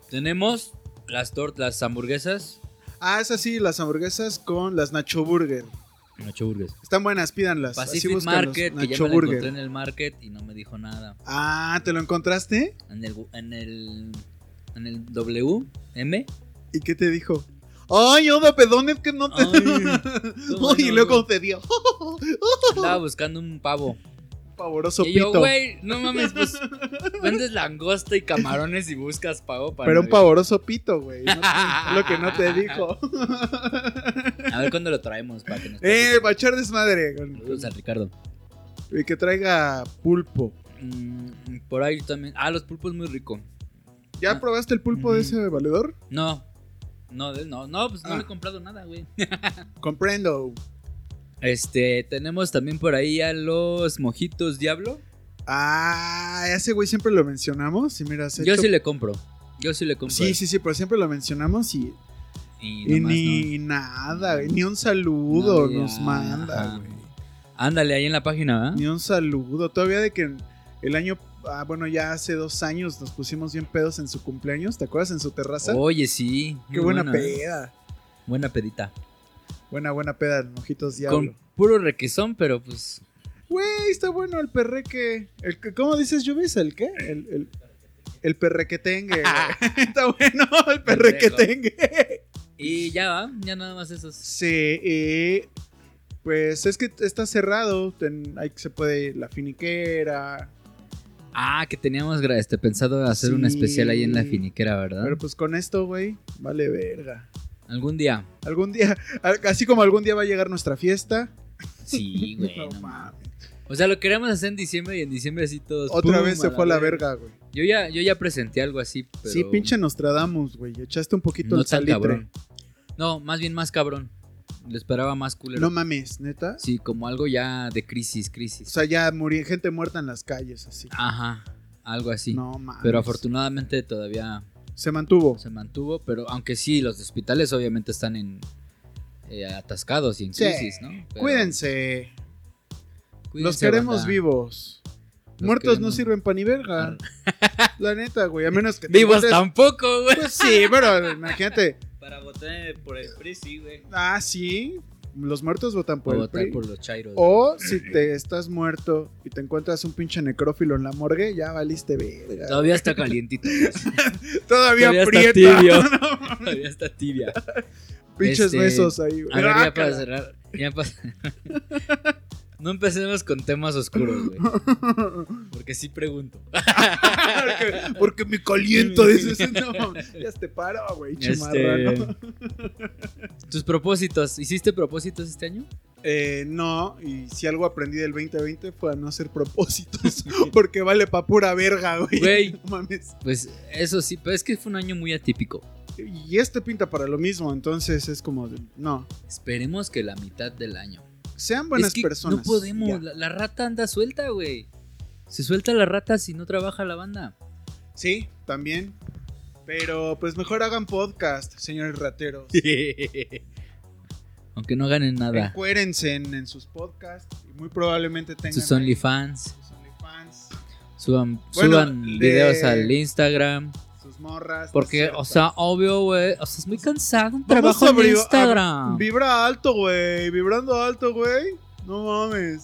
S2: Tenemos las tortas, las hamburguesas.
S1: Ah, es así, las hamburguesas con las Nacho Burger.
S2: Nacho Burgers.
S1: Están buenas, pídanlas. así
S2: Pacific
S1: buscan
S2: Market,
S1: los
S2: que ya
S1: Nacho
S2: me la encontré
S1: Burger.
S2: en el market y no me dijo nada.
S1: Ah, ¿te lo encontraste?
S2: En el, en el, en el WM.
S1: ¿Y qué te dijo? Ay, onda, perdón, es que no [LAUGHS] te.
S2: [LAUGHS] Ay,
S1: Ay, y
S2: no,
S1: luego
S2: Ah, güey.
S1: te dio. [LAUGHS]
S2: Estaba buscando un pavo.
S1: Pavoroso
S2: y yo,
S1: pito.
S2: güey, no mames,
S1: [LAUGHS]
S2: pues vendes langosta y camarones y buscas pavo para.
S1: Pero un
S2: Navidad.
S1: pavoroso pito, güey.
S2: [LAUGHS]
S1: No, es lo que no te dijo.
S2: A ver cuándo lo traemos para que nos.
S1: eh,
S2: platiquen.
S1: para echar desmadre. con-
S2: Saludos a Ricardo.
S1: Y que traiga pulpo.
S2: Mm, por ahí también. Ah, los pulpos muy rico.
S1: ¿Ya
S2: Ah.
S1: probaste el pulpo de
S2: Ujú.
S1: ese valedor?
S2: No. No, de- no, no, pues no
S1: Ah.
S2: le he comprado nada, güey.
S1: Comprendo.
S2: Este, tenemos también por ahí a los mojitos Diablo.
S1: Ah, ese güey siempre lo mencionamos. Y mira, se ha
S2: Yo
S1: hecho-
S2: sí le compro. Yo sí le compro.
S1: sí, sí, sí, pero siempre lo mencionamos y,
S2: Y
S1: y
S2: nomás no.
S1: ni nada, güey. Ni un saludo
S2: No, ya,
S1: nos manda,
S2: ajá.
S1: güey.
S2: Ándale, ahí en la página, ¿ah?
S1: Ni un saludo. Todavía de que el año. Ah, bueno, ya hace dos años nos pusimos bien pedos en su cumpleaños. ¿Te acuerdas en su terraza?
S2: Oye, sí.
S1: Qué
S2: muy ¿eh?
S1: buena, peda.
S2: Buena pedita.
S1: Buena, buena peda, mojitos diablo.
S2: Con puro requesón, pero pues.
S1: Güey, está bueno el perreque. El, que- ¿Cómo dices, Lluvia? ¿El qué? El, el, El perrequetengue.
S2: Ah.
S1: güey. [LAUGHS] Está bueno, el perrequetengue.
S2: Y ya va, ya nada más esos.
S1: Sí, y pues es que está cerrado. ten- ahí se puede ir la finiquera.
S2: Ah, que teníamos gra- este, pensado hacer un
S1: Sí.
S2: especial ahí en la finiquera, ¿verdad?
S1: Pero pues con esto, güey, vale verga.
S2: Algún día.
S1: Algún día, al- así como algún día va a llegar nuestra fiesta. [LAUGHS]
S2: Sí, güey.
S1: No mames.
S2: no mames. o sea, lo queríamos hacer en diciembre y en diciembre así todos.
S1: Otra
S2: pues, pum,
S1: vez se
S2: la
S1: fue a la verga, güey.
S2: Yo ya, yo ya presenté algo así, pero.
S1: Sí, pinche Nostradamus, güey. Echaste un poquito
S2: No
S1: el
S2: tan
S1: salitre.
S2: cabrón. No, más bien más cabrón. Lo esperaba más culero.
S1: No mames, neta.
S2: Sí, como algo ya de crisis,
S1: O
S2: crisis.
S1: sea, ya murió gente muerta en las calles, así.
S2: Ajá, algo así.
S1: No mames.
S2: Pero afortunadamente todavía
S1: Se mantuvo.
S2: se mantuvo, pero aunque sí, los hospitales obviamente están en eh, atascados y en
S1: Sí.
S2: crisis, ¿no? Pero
S1: Cuídense. Los
S2: cuídense,
S1: queremos
S2: banda.
S1: vivos.
S2: Los
S1: Muertos no
S2: queremos-
S1: sirven pa' ni verga. [LAUGHS] La neta, güey. A menos que. te
S2: Vivos
S1: encuentres-
S2: tampoco, güey.
S1: Pues sí, pero imagínate.
S4: Para votar por el PRI, sí, güey.
S1: Ah, sí. Los muertos votan por
S2: Voy a
S1: el
S2: votar
S1: PRI.
S2: por los chairos.
S1: O si te estás muerto y te encuentras un pinche necrófilo en la morgue, ya valiste verga.
S2: Todavía está calientito. pues.
S1: [LAUGHS] Todavía,
S2: Todavía está
S1: aprieta. [LAUGHS]
S2: tibio.
S1: No,
S2: Todavía está tibia.
S1: pinches
S2: Este,
S1: besos ahí, güey.
S2: A ver,
S1: Ah,
S2: ya para cerrar. Ya para... [LAUGHS] no empecemos con temas oscuros, güey. Porque sí pregunto.
S1: porque, porque me caliento. Dices, no, mames, ya te paro, güey, chimarrano.
S2: Este, Tus propósitos. ¿Hiciste propósitos este año?
S1: Eh, no, y si algo aprendí del 2020 fue a no hacer
S2: [LAUGHS]
S1: propósitos. Porque vale pa' pura verga, güey.
S2: Güey.
S1: No mames.
S2: Pues eso sí, pero es que fue un año muy atípico.
S1: Y este pinta para lo mismo, entonces es como, de- no.
S2: Esperemos que la mitad del año.
S1: Sean buenas
S2: es que
S1: personas.
S2: No podemos,
S1: ya.
S2: la, la rata anda suelta, güey. Se suelta la rata si no trabaja la banda. [LAUGHS]
S1: Sí, también. Pero pues mejor hagan podcast, señores rateros.
S2: Aunque no ganen nada.
S1: Encuérense en, en sus podcasts y muy probablemente tengan
S2: Sus
S1: ahí
S2: OnlyFans.
S1: sus OnlyFans,
S2: Suban,
S1: Bueno,
S2: suban
S1: de-
S2: videos al Instagram.
S1: sus morras. no es
S2: Porque,
S1: cierto.
S2: o sea, obvio, güey. O sea, es muy cansado un
S1: Vamos
S2: trabajo
S1: a
S2: en
S1: vibra- a-
S2: Instagram.
S1: Vibra alto, güey. Vibrando alto, güey. No mames.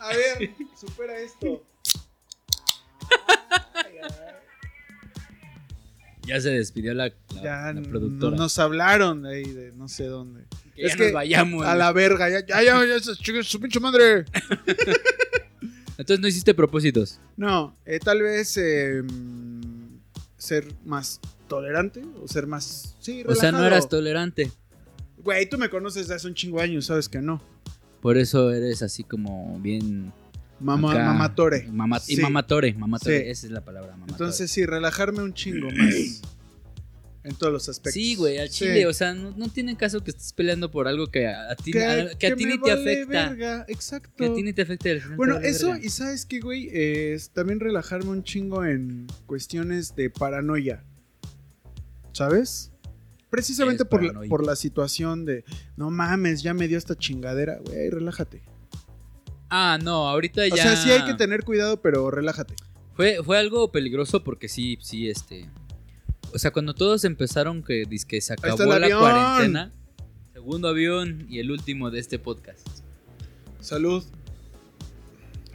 S1: A ver, supera esto. Ay, ay.
S2: Ya se despidió la, la-
S1: Ya
S2: la
S1: n-
S2: productora.
S1: nos hablaron de ahí de no sé dónde.
S2: Que ya
S1: es
S2: nos
S1: que
S2: vayamos.
S1: A la verga, ya, ya, ya, ya, su- su pinche madre.
S2: Entonces no hiciste propósitos.
S1: No, eh, tal vez eh, mm, ser más tolerante o ser más. Sí,
S2: O sea, no
S1: relajado.
S2: eras tolerante.
S1: Güey, tú me conoces desde hace un chingo de años, sabes que no.
S2: Por eso eres así como bien.
S1: Mamá,
S2: acá.
S1: mamatore.
S2: Mama- Y
S1: Sí.
S2: mamatore, mamatore.
S1: Sí.
S2: Esa es la palabra, mamatore.
S1: Entonces, sí, relajarme un chingo más. En todos los aspectos.
S2: Sí, güey, al
S1: Sí.
S2: chile. O sea, no, no tiene caso que estés peleando por algo que a, a ti,
S1: Que-
S2: a- que a
S1: que
S2: ti
S1: me
S2: ni te
S1: vale
S2: afecta.
S1: verga, Exacto.
S2: Que a ti ni te afecta. y al final te
S1: Bueno,
S2: vale
S1: eso,
S2: verga.
S1: y sabes qué, güey, es también relajarme un chingo en cuestiones de paranoia. ¿Sabes? Precisamente
S2: Eres
S1: por la,
S2: paranoico.
S1: por la situación de, no mames, ya me dio esta chingadera, güey, relájate.
S2: Ah, no, ahorita ya.
S1: O sea, sí hay que tener cuidado, pero relájate.
S2: Fue, fue algo peligroso porque sí, sí, este. O sea, cuando todos empezaron que dizque se
S1: está
S2: acabó
S1: el
S2: la
S1: avión.
S2: cuarentena, segundo avión y el último de este podcast.
S1: Salud.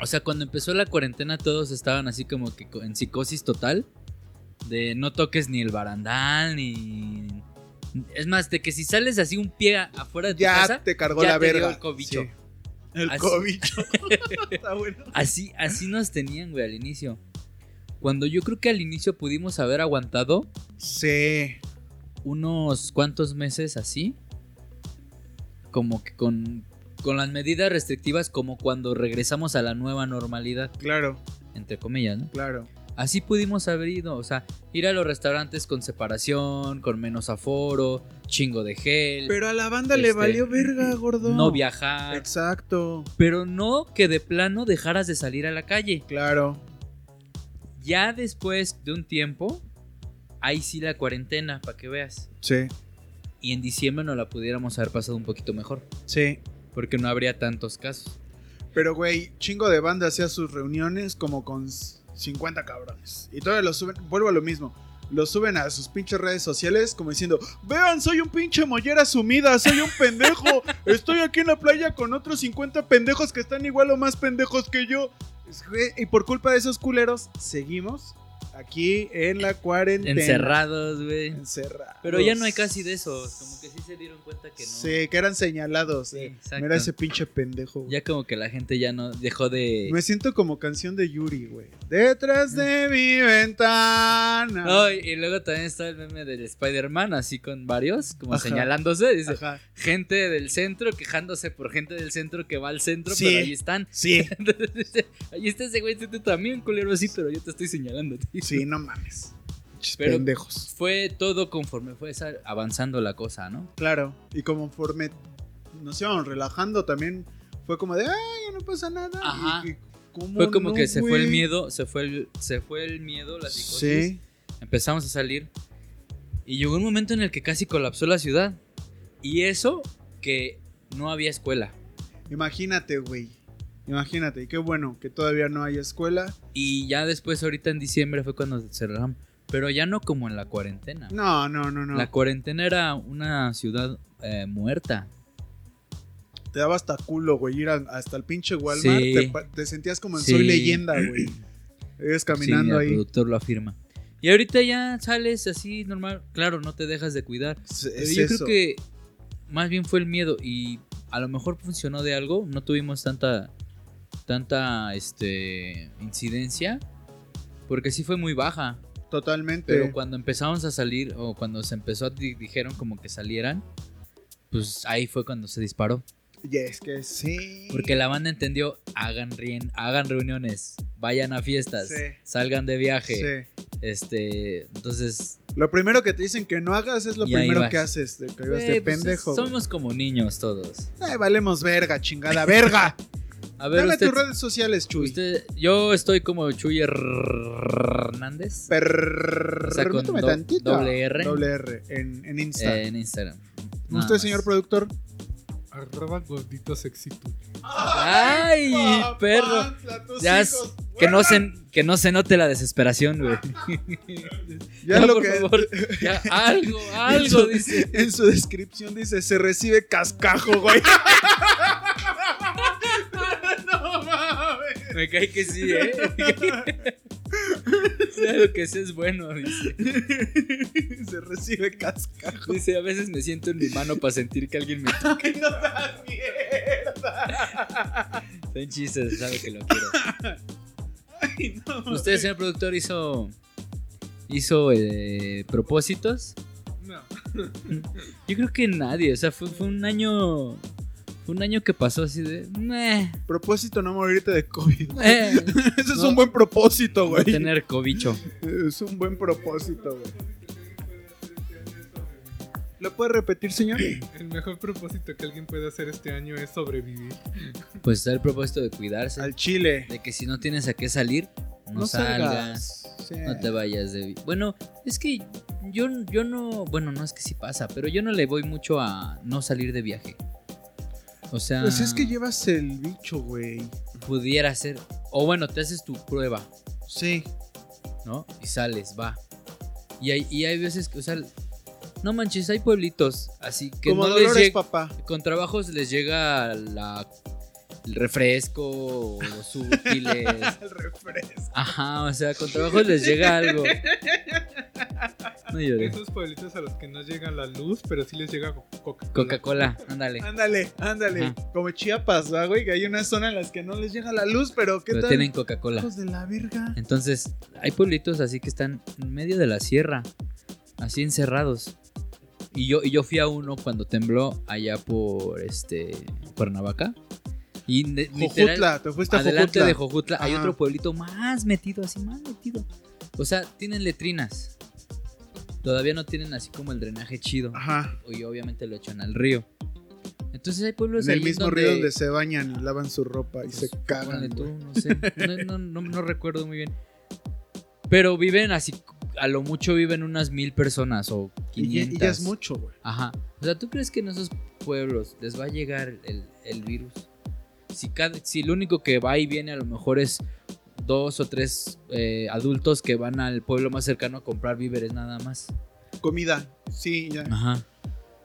S2: O sea, cuando empezó la cuarentena todos estaban así como que co- en psicosis total de no toques ni el barandal ni es más de que si sales así un pie a- afuera de tu
S1: Ya
S2: casa,
S1: te cargó
S2: ya
S1: la
S2: te dio
S1: verga.
S2: el cobicho.
S1: Sí. El
S2: Así-
S1: cobicho.
S2: [LAUGHS]
S1: Está bueno.
S2: así así nos tenían, güey, al inicio. Cuando yo creo que al inicio pudimos haber aguantado
S1: Sí.
S2: unos cuantos meses así. Como que con, con las medidas restrictivas, como cuando regresamos a la nueva normalidad,
S1: Claro,
S2: entre comillas, ¿no?
S1: claro.
S2: Así pudimos haber ido, o sea, ir a los restaurantes con separación, con menos aforo, chingo de gel,
S1: Pero a la banda le
S2: Este,
S1: valió verga, gordo.
S2: no viajar,
S1: Exacto.
S2: pero no que de plano dejaras de salir a la calle.
S1: Claro.
S2: Ya después de un tiempo, ahí sí la cuarentena, para que veas.
S1: Sí.
S2: Y en diciembre no la pudiéramos haber pasado un poquito mejor,
S1: Sí.
S2: porque no habría tantos casos.
S1: Pero, güey, chingo de banda hacía sus reuniones como con 50 cabrones. Y todavía lo suben. Vuelvo a lo mismo. lo suben a sus pinches redes sociales como diciendo, vean, soy un pinche mollera sumida, soy un
S2: [LAUGHS]
S1: pendejo, estoy aquí en la playa con otros 50 pendejos que están igual o más pendejos que yo. Es que- Y por culpa de esos culeros, seguimos aquí en la cuarentena.
S2: Encerrados, güey.
S1: Encerrados.
S2: Pero ya no hay casi de esos. Como que sí se dieron cuenta que no.
S1: Sí, que eran señalados.
S2: Sí,
S1: eh.
S2: exacto.
S1: Mira ese pinche pendejo. güey.
S2: Ya como que la gente ya no dejó de.
S1: Me siento como canción de Yuri, güey. Detrás de mi ventana.
S2: No, y- y luego también está el meme del Spider-Man, así con varios, como
S1: Ajá.
S2: señalándose. Dice,
S1: Ajá.
S2: gente del centro quejándose por gente del centro que va al centro,
S1: Sí.
S2: pero ahí están. [LAUGHS]
S1: Sí,
S2: Entonces dice, ahí está ese güey, tú también, culero, así, pero yo te estoy señalando. a ti".
S1: [LAUGHS] sí, no mames. Pinches
S2: Pero-
S1: pendejos.
S2: Fue todo conforme fue esa- avanzando la cosa, ¿no?
S1: Claro, y conforme nos íbamos relajando también, fue como de, ah, ya no pasa nada.
S2: Ajá.
S1: Y- y ¿cómo
S2: Fue como
S1: no,
S2: que se fue
S1: güey?
S2: el miedo, se fue el, se fue el miedo, la psicosis.
S1: Sí,
S2: Empezamos a salir. Y llegó un momento en el que casi colapsó la ciudad. Y eso que no había escuela.
S1: imagínate, güey. Imagínate, y qué bueno que todavía no hay escuela.
S2: Y ya después, ahorita en diciembre, fue cuando cerraron. Pero ya no como en la cuarentena.
S1: No, no, no, no.
S2: La cuarentena era una ciudad eh, muerta.
S1: Te daba hasta culo, güey, ir a- hasta el pinche Walmart.
S2: Sí.
S1: Te, pa- te sentías como en
S2: Sí.
S1: Soy Leyenda,
S2: [CLEARS THROAT]
S1: güey. Ibas caminando
S2: Sí, el
S1: ahí.
S2: productor lo afirma. Y ahorita ya sales así normal. Claro, no te dejas de cuidar.
S1: Es,
S2: Pero
S1: es
S2: yo
S1: eso.
S2: creo que más bien fue el miedo y a lo mejor funcionó de algo. No tuvimos tanta tanta este incidencia porque sí fue muy baja.
S1: Totalmente.
S2: Pero cuando empezamos a salir o cuando se empezó a di- dijeron como que salieran, pues ahí fue cuando se disparó.
S1: Y es que sí.
S2: Porque la banda entendió, hagan rien- hagan reuniones, vayan a fiestas,
S1: Sí.
S2: salgan de viaje.
S1: Sí.
S2: Este, entonces,
S1: Lo primero que te dicen que no hagas es lo
S2: Y ahí
S1: primero
S2: vas.
S1: que haces. De que ibas de
S2: güey, pues,
S1: este pendejo. güey.
S2: somos como niños todos.
S1: Ay, valemos verga, chingada verga.
S2: [LAUGHS] A ver,
S1: Dame
S2: usted,
S1: tus redes sociales, Chuy.
S2: usted- yo estoy como Chuy Hernández
S1: Per-
S2: O sea, con
S1: Permítame
S2: do-
S1: tantito.
S2: doble R.
S1: Doble R en, en Insta.
S2: eh, en Instagram. Nada
S1: ¿Usted,
S2: más.
S1: señor productor?
S3: Arroba gordito sexito.
S2: Ay,
S1: papá,
S2: perro.
S1: la- tus
S2: Ya
S1: hijos,
S2: Que no,
S1: güey.
S2: se, que no se note la desesperación, güey.
S1: Ya
S2: [LAUGHS] No,
S1: lo
S2: por
S1: que [LAUGHS]
S2: favor, ya, algo, algo,
S1: Eso-
S2: dice.
S1: en su descripción dice, se recibe cascajo,
S2: [LAUGHS]
S1: güey. [LAUGHS] no mames.
S2: Me cae que sí, ¿eh? [LAUGHS] Sea lo que sea es bueno, dice.
S1: [LAUGHS] se recibe cascajo.
S2: Dice, a veces me siento en mi mano para sentir que alguien me...
S1: [LAUGHS] Ay, no seas mierda.
S2: Son chistes, sabe que lo quiero.
S1: Ay, no mames.
S2: Usted, señor productor, hizo. Hizo eh, propósitos.
S3: No.
S2: Yo creo que nadie. O sea, fue, fue un año. Fue un año que pasó así de. Meh,
S1: Propósito no morirte de COVID.
S2: [LAUGHS] eh,
S1: Ese es
S2: No.
S1: un buen propósito,
S2: no
S1: güey.
S2: tener cobicho.
S1: Es un buen propósito, güey. ¿Lo puedes repetir, señor?
S3: El mejor propósito que alguien puede hacer este año es sobrevivir.
S2: Pues está el propósito de cuidarse.
S1: Al chile.
S2: De que si no tienes a qué salir, no, salgas.
S1: Sí.
S2: No te vayas de. vi- Bueno, es que yo, yo no. Bueno, no es que sí pasa, pero yo no le voy mucho a no salir de viaje. O sea.
S1: Pues es que llevas el bicho, güey.
S2: Pudiera ser. O bueno, te haces tu prueba.
S1: Sí.
S2: ¿no? Y sales, va. Y hay, y hay veces que, o sea, no manches, hay pueblitos así que
S1: Como
S2: no les
S1: Dolores,
S2: llega,
S1: papá.
S2: con trabajos les llega la, el refresco o los útiles.
S1: [LAUGHS] El refresco.
S2: Ajá, o sea, con trabajos les llega algo. No llores.
S3: Esos pueblitos a los que no llega la luz, pero sí les llega co-
S1: [LAUGHS]
S3: Coca-Cola.
S2: Coca-Cola, ándale.
S1: Ándale, ándale.
S2: Ajá.
S1: Como Chiapas, ¿va, güey, que hay una zona en las que no les llega la luz, pero ¿qué
S2: Pero
S1: tal?
S2: tienen Coca-Cola.
S1: Hijos de la verga.
S2: Entonces, hay pueblitos así que están en medio de la sierra, así encerrados. Y yo, y yo fui a uno cuando tembló allá por este Cuernavaca. Y ne- literal,
S1: Jojutla, te fuiste a
S2: adelante
S1: Jojutla.
S2: de Jojutla hay
S1: Ajá.
S2: otro pueblito más metido, así más metido. O sea, tienen letrinas. Todavía no tienen así como el drenaje chido.
S1: Ajá.
S2: Y obviamente lo echan al río. Entonces hay pueblos
S1: En el
S2: ahí
S1: mismo
S2: donde-
S1: río donde se bañan y lavan su ropa y
S2: pues,
S1: se cagan.
S2: ponle tú,
S1: güey.
S2: no sé. No, no- no- no recuerdo muy bien. Pero viven así, a lo mucho viven unas mil personas o
S1: Y ya-
S2: 500.
S1: y ya es mucho, güey.
S2: Ajá. O sea, ¿tú crees que en esos pueblos les va a llegar el, el virus? Si, cada, si el único que va y viene a lo mejor es dos o tres eh, adultos que van al pueblo más cercano a comprar víveres nada más.
S1: Comida, sí, ya.
S2: Ajá.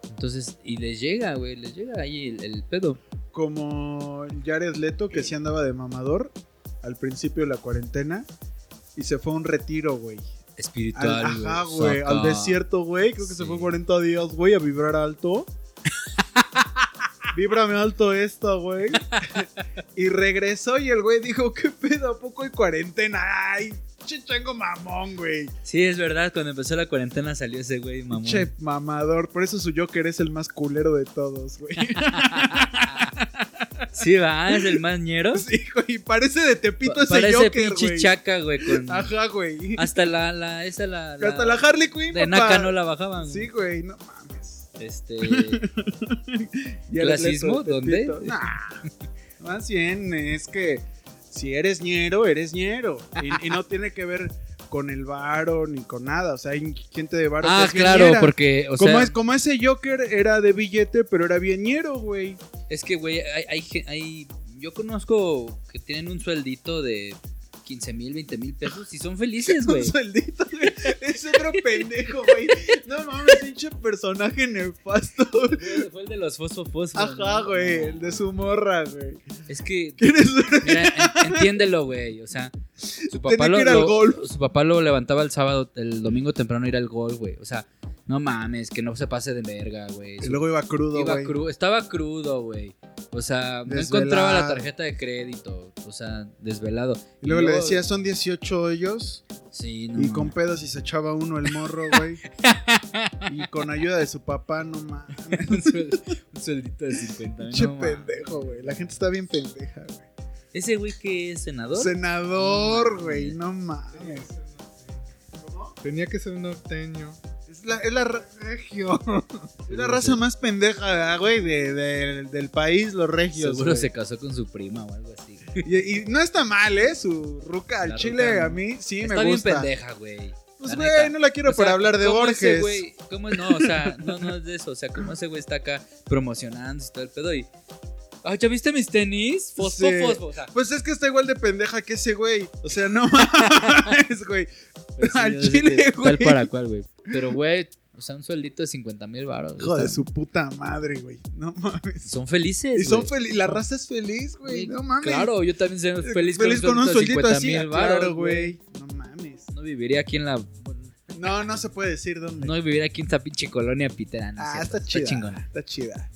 S2: Entonces, y les llega, güey, les llega ahí el, el pedo.
S1: Como Jared Leto, que sí andaba de mamador al principio de la cuarentena y se fue a un retiro, güey.
S2: Espiritual,
S1: Al, ajá, güey,
S2: saca.
S1: al desierto, güey. Creo que se
S2: Sí.
S1: fue 40 días, güey, a vibrar
S2: [LAUGHS]
S1: alto. Víbrame alto esto, güey. y regresó y el güey dijo, ¿qué pedo? ¿A poco hay cuarentena? Ay, che chango mamón, güey.
S2: Sí, es verdad, cuando empezó la cuarentena salió ese güey, mamón.
S1: Che mamador. Por eso su Joker es el más culero de todos,
S2: [LAUGHS]
S1: güey.
S2: Sí, va, ah, es el más ñero.
S1: [LAUGHS] sí, güey, parece de Tepito
S2: Pa-
S1: ese
S2: Parece
S1: Joker,
S2: pinche
S1: güey.
S2: chaca, güey. con-
S1: Ajá, güey.
S2: Hasta la, la, esa la. la-
S1: Hasta la Harley Quinn,
S2: de
S1: papá.
S2: Naka no la bajaban. güey.
S1: Sí, güey, no mames. [LAUGHS]
S2: Este.
S1: Ya le
S2: ¿Clasismo?
S1: leto de
S2: ¿Dónde?
S1: Tepito. Nah, más bien es que si eres ñero, eres ñero. Y, y no tiene que ver con el varo ni con nada. O sea, hay gente de varo que
S2: ah,
S1: es bien
S2: claro,
S1: ñera.
S2: porque. O
S1: como,
S2: sea,
S1: es, como ese Joker era de billete, pero era bien ñero, güey.
S2: Es que, güey, hay, hay gen- hay- Yo conozco que tienen un sueldito de 15 mil, 20 mil pesos y
S1: [LAUGHS]
S2: son felices, güey.
S1: Un sueldito, güey. Es otro pendejo, güey. No mames, pinche personaje nefasto.
S2: Fue- Fue el de los fosfos.
S1: Ajá, güey. El de su morra, güey.
S2: Es que,
S1: ¿Quién es?
S2: mira, en- entiéndelo, güey. O sea, su papá,
S1: Tenía
S2: lo,
S1: que ir al
S2: lo-
S1: golf.
S2: su papá lo levantaba el sábado, el domingo temprano a ir al gol, güey. O sea, no mames, que no se pase de verga, güey.
S1: Y
S2: Su-
S1: luego iba crudo,
S2: iba
S1: güey.
S2: cru- estaba crudo, güey. O sea, no
S1: Desvelado.
S2: encontraba la tarjeta de crédito. O sea, desvelado.
S1: Y luego le decía, son 18 hoyos.
S2: Sí, no.
S1: Y con pedos y se echaba uno el morro, [LAUGHS] güey. y con ayuda de su papá, no mames.
S2: [LAUGHS] un, suel- un sueldito de 50 mil.
S1: Pinche pendejo, güey. La gente está bien pendeja, güey.
S2: Ese güey que es senador.
S1: Senador,
S2: Mm.
S1: güey. No mames.
S3: Tenía que ser norteño.
S1: Es la, es la, ra-
S2: [LAUGHS]
S1: regio. Es la raza más pendeja, güey, de- de- del país, los regios.
S2: Seguro
S1: güey.
S2: se casó con su prima o algo así.
S1: Y, y no está mal, ¿eh? Su ruca al
S2: La
S1: chile,
S2: ruca,
S1: a mí sí
S2: Está
S1: me
S2: bien
S1: gusta.
S2: pendeja, güey.
S1: Pues,
S2: la
S1: güey,
S2: neta.
S1: no la quiero
S2: O sea,
S1: para hablar de
S2: ¿cómo ese
S1: Borges.
S2: güey- ¿Cómo no? O sea, no, no es de eso. O sea, ¿cómo ese güey está acá promocionando y todo el pedo? Y. Ah, ¿ya viste mis tenis? Fosfo,
S1: Sí.
S2: fosfo. O
S1: [LAUGHS]
S2: sea,
S1: Pues es que está igual de pendeja que ese güey. O sea,
S2: [LAUGHS]
S1: no mames, güey.
S2: pues sí,
S1: Al
S2: yo sé que
S1: chile, güey.
S2: Tal para cual, güey. Pero, güey, o sea, un sueldito de 50 mil baros.
S1: Hijo de su puta madre, güey. No mames.
S2: Son felices.
S1: Y son
S2: güey.
S1: feliz, la raza es feliz, güey. No mames.
S2: Claro, yo también soy feliz,
S1: Eh, feliz con un sueldito
S2: de
S1: así.
S2: 50 mil
S1: ah, claro,
S2: baros, güey.
S1: güey. No mames.
S2: No viviría aquí en la.
S1: No, no se puede decir dónde.
S2: No viviría aquí en esta pinche colonia pitera. No es
S1: ah,
S2: cierto,
S1: está chida. Está,
S2: chingona.
S1: chida.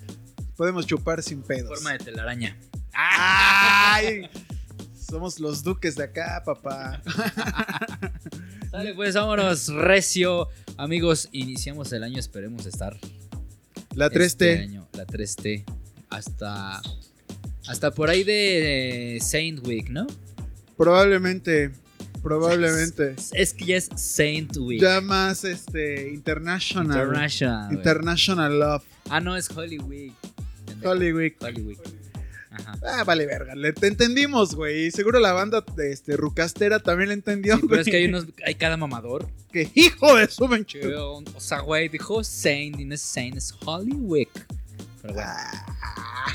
S1: Podemos chupar sin pedos.
S2: Forma de telaraña.
S1: Ay. Somos los duques de acá, papá.
S2: Dale, pues vámonos, recio. Amigos, iniciamos el año, esperemos estar.
S1: La
S2: este
S1: 3T.
S2: año, la 3T. Hasta. Hasta por ahí de Saint Week, ¿no?
S1: Probablemente. Probablemente.
S2: Es, es que ya es Saint Week.
S1: Ya más este. International. International,
S2: International. güey.
S1: Love.
S2: ah, no, es Holy Week.
S1: Holy Week.
S2: Holy Week. Ajá.
S1: Ah, vale, verga. Le, te entendimos, güey. Y Seguro la banda este, rucastera también la entendió.
S2: Sí, pero es
S1: güey.
S2: que hay unos. Hay cada mamador.
S1: Que hijo de su pinche-
S2: que, O o sea, güey, dijo Saint y no es Saint, es Holy Week. Pero bueno.
S1: Ah,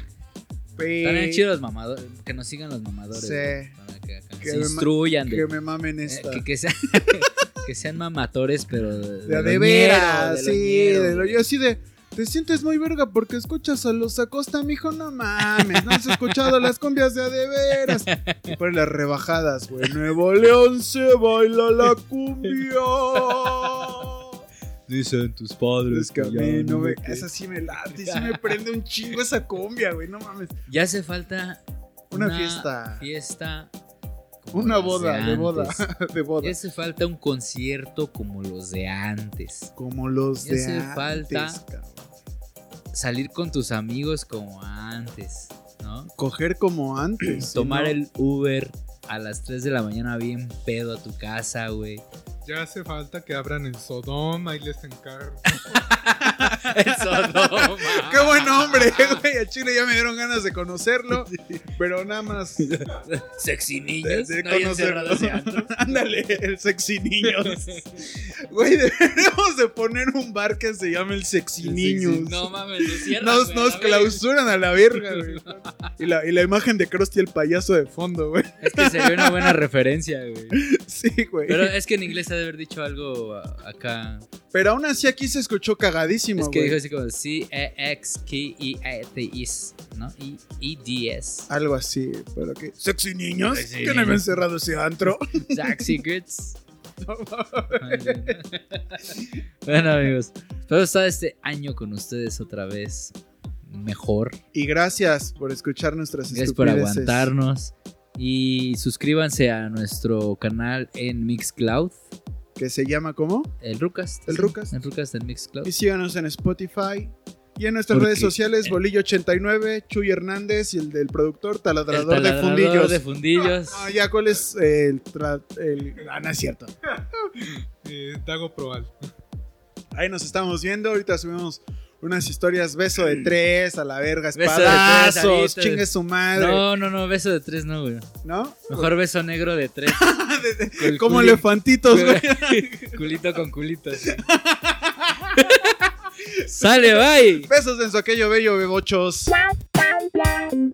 S2: Están
S1: pe-
S2: chidos los mamadores, que nos sigan los mamadores.
S1: Sí.
S2: güey, para que acá
S1: Que
S2: se
S1: me-
S2: instruyan. de-
S1: Que me mamen
S2: eh,
S1: esta.
S2: que, que sean, [LAUGHS] que sean mamadores, pero de,
S1: de,
S2: lo
S1: de
S2: ñero,
S1: veras,
S2: de lo
S1: sí.
S2: ñero,
S1: de lo-
S2: güey.
S1: yo así de. Te sientes muy verga porque escuchas a los Acosta, mijo. No mames, no has escuchado las cumbias de a de veras. Y por las rebajadas, güey. Nuevo León se baila la
S2: [LAUGHS]
S1: cumbia.
S3: Dicen tus padres.
S1: Es que a mí no me. Esa sí me late, sí me prende un chingo esa cumbia, güey. No mames.
S2: Ya hace falta
S1: Una fiesta.
S2: fiesta como
S1: Una
S2: las
S1: boda, de boda, [LAUGHS]
S2: antes.
S1: de boda.
S2: Ya hace falta un concierto como los de antes.
S1: Como los
S2: Ya
S1: de
S2: hace
S1: antes,
S2: falta.
S1: cabrón.
S2: Salir con tus amigos como antes, ¿no?
S1: Coger como antes.
S2: Tomar
S1: ¿no?
S2: el Uber a las 3 de la mañana bien pedo a tu casa, güey. [LAUGHS]
S3: Ya hace falta que abran el Sodoma y les encargo.
S2: en
S1: [LAUGHS]
S2: Sodoma.
S1: Qué buen hombre, [LAUGHS] güey. A Chile ya me dieron ganas de conocerlo, pero nada más. [LAUGHS]
S2: Sexy niños.
S1: De- de
S2: no hay
S1: conocerlo.
S2: encerrados de antro.
S1: Ándale, el sexy
S2: [LAUGHS]
S1: niños. Güey, deberíamos de poner un bar que se llame el sexy niños.
S2: No mames, lo cierran,
S1: Nos,
S2: güey,
S1: nos
S2: a la verga.
S1: clausuran a la verga,
S2: [LAUGHS]
S1: güey. Y la, y la imagen de Krusty el payaso de fondo, güey. [LAUGHS]
S2: Es que sería una buena referencia, güey.
S1: Sí, güey.
S2: [LAUGHS] Pero
S1: Pero,
S2: es que en inglés ha de haber dicho algo a- acá.
S1: aún así aquí se escuchó cagadísimo,
S2: Es que
S1: güey.
S2: dijo así como C E X K E A T is, ¿no? E E D S.
S1: Algo así, pero que. Sexy niños.
S2: Sexy
S1: que no me
S2: niños.
S1: han cerrado ese antro. [LAUGHS]
S2: Zack Secrets. [LAUGHS] bueno, amigos. Espero estar este año con ustedes otra vez. Mejor.
S1: Y gracias por escuchar nuestras
S2: Gracias por
S1: estupideces.
S2: aguantarnos. Y suscríbanse a nuestro canal en Mixcloud.
S1: Que se llama ¿cómo?
S2: El Rucast.
S1: El
S2: sí,
S1: Rucast.
S2: El Rucast en Mixcloud.
S1: Y síganos en Spotify. Y en nuestras
S2: Porque-
S1: redes sociales, Bolillo89, Chuy Hernández y el del productor
S2: El
S1: Taladrador,
S2: taladrador
S1: de Fundillos.
S2: de fundillos.
S1: Ah, ya, ¿cuál es eh, el, tra- el- Ah, no es cierto.
S3: Eh, Dago Proal.
S1: Ahí nos estamos viendo. Ahorita subimos unas historias. Beso de tres, a la verga,
S2: de tres,
S1: espadazos,
S2: ahorita.
S1: chingue su madre. ¿No?
S2: No, no, no, beso de tres no, güey. Mejor beso negro de tres.
S1: [LAUGHS] De- de-
S2: El
S1: Como
S2: culi- [LAUGHS]
S1: elefantitos, güey.
S2: culito con culito. sí. [LAUGHS] Sale, bye.
S1: Besos en su aquello bello, bebochos.
S5: Bye.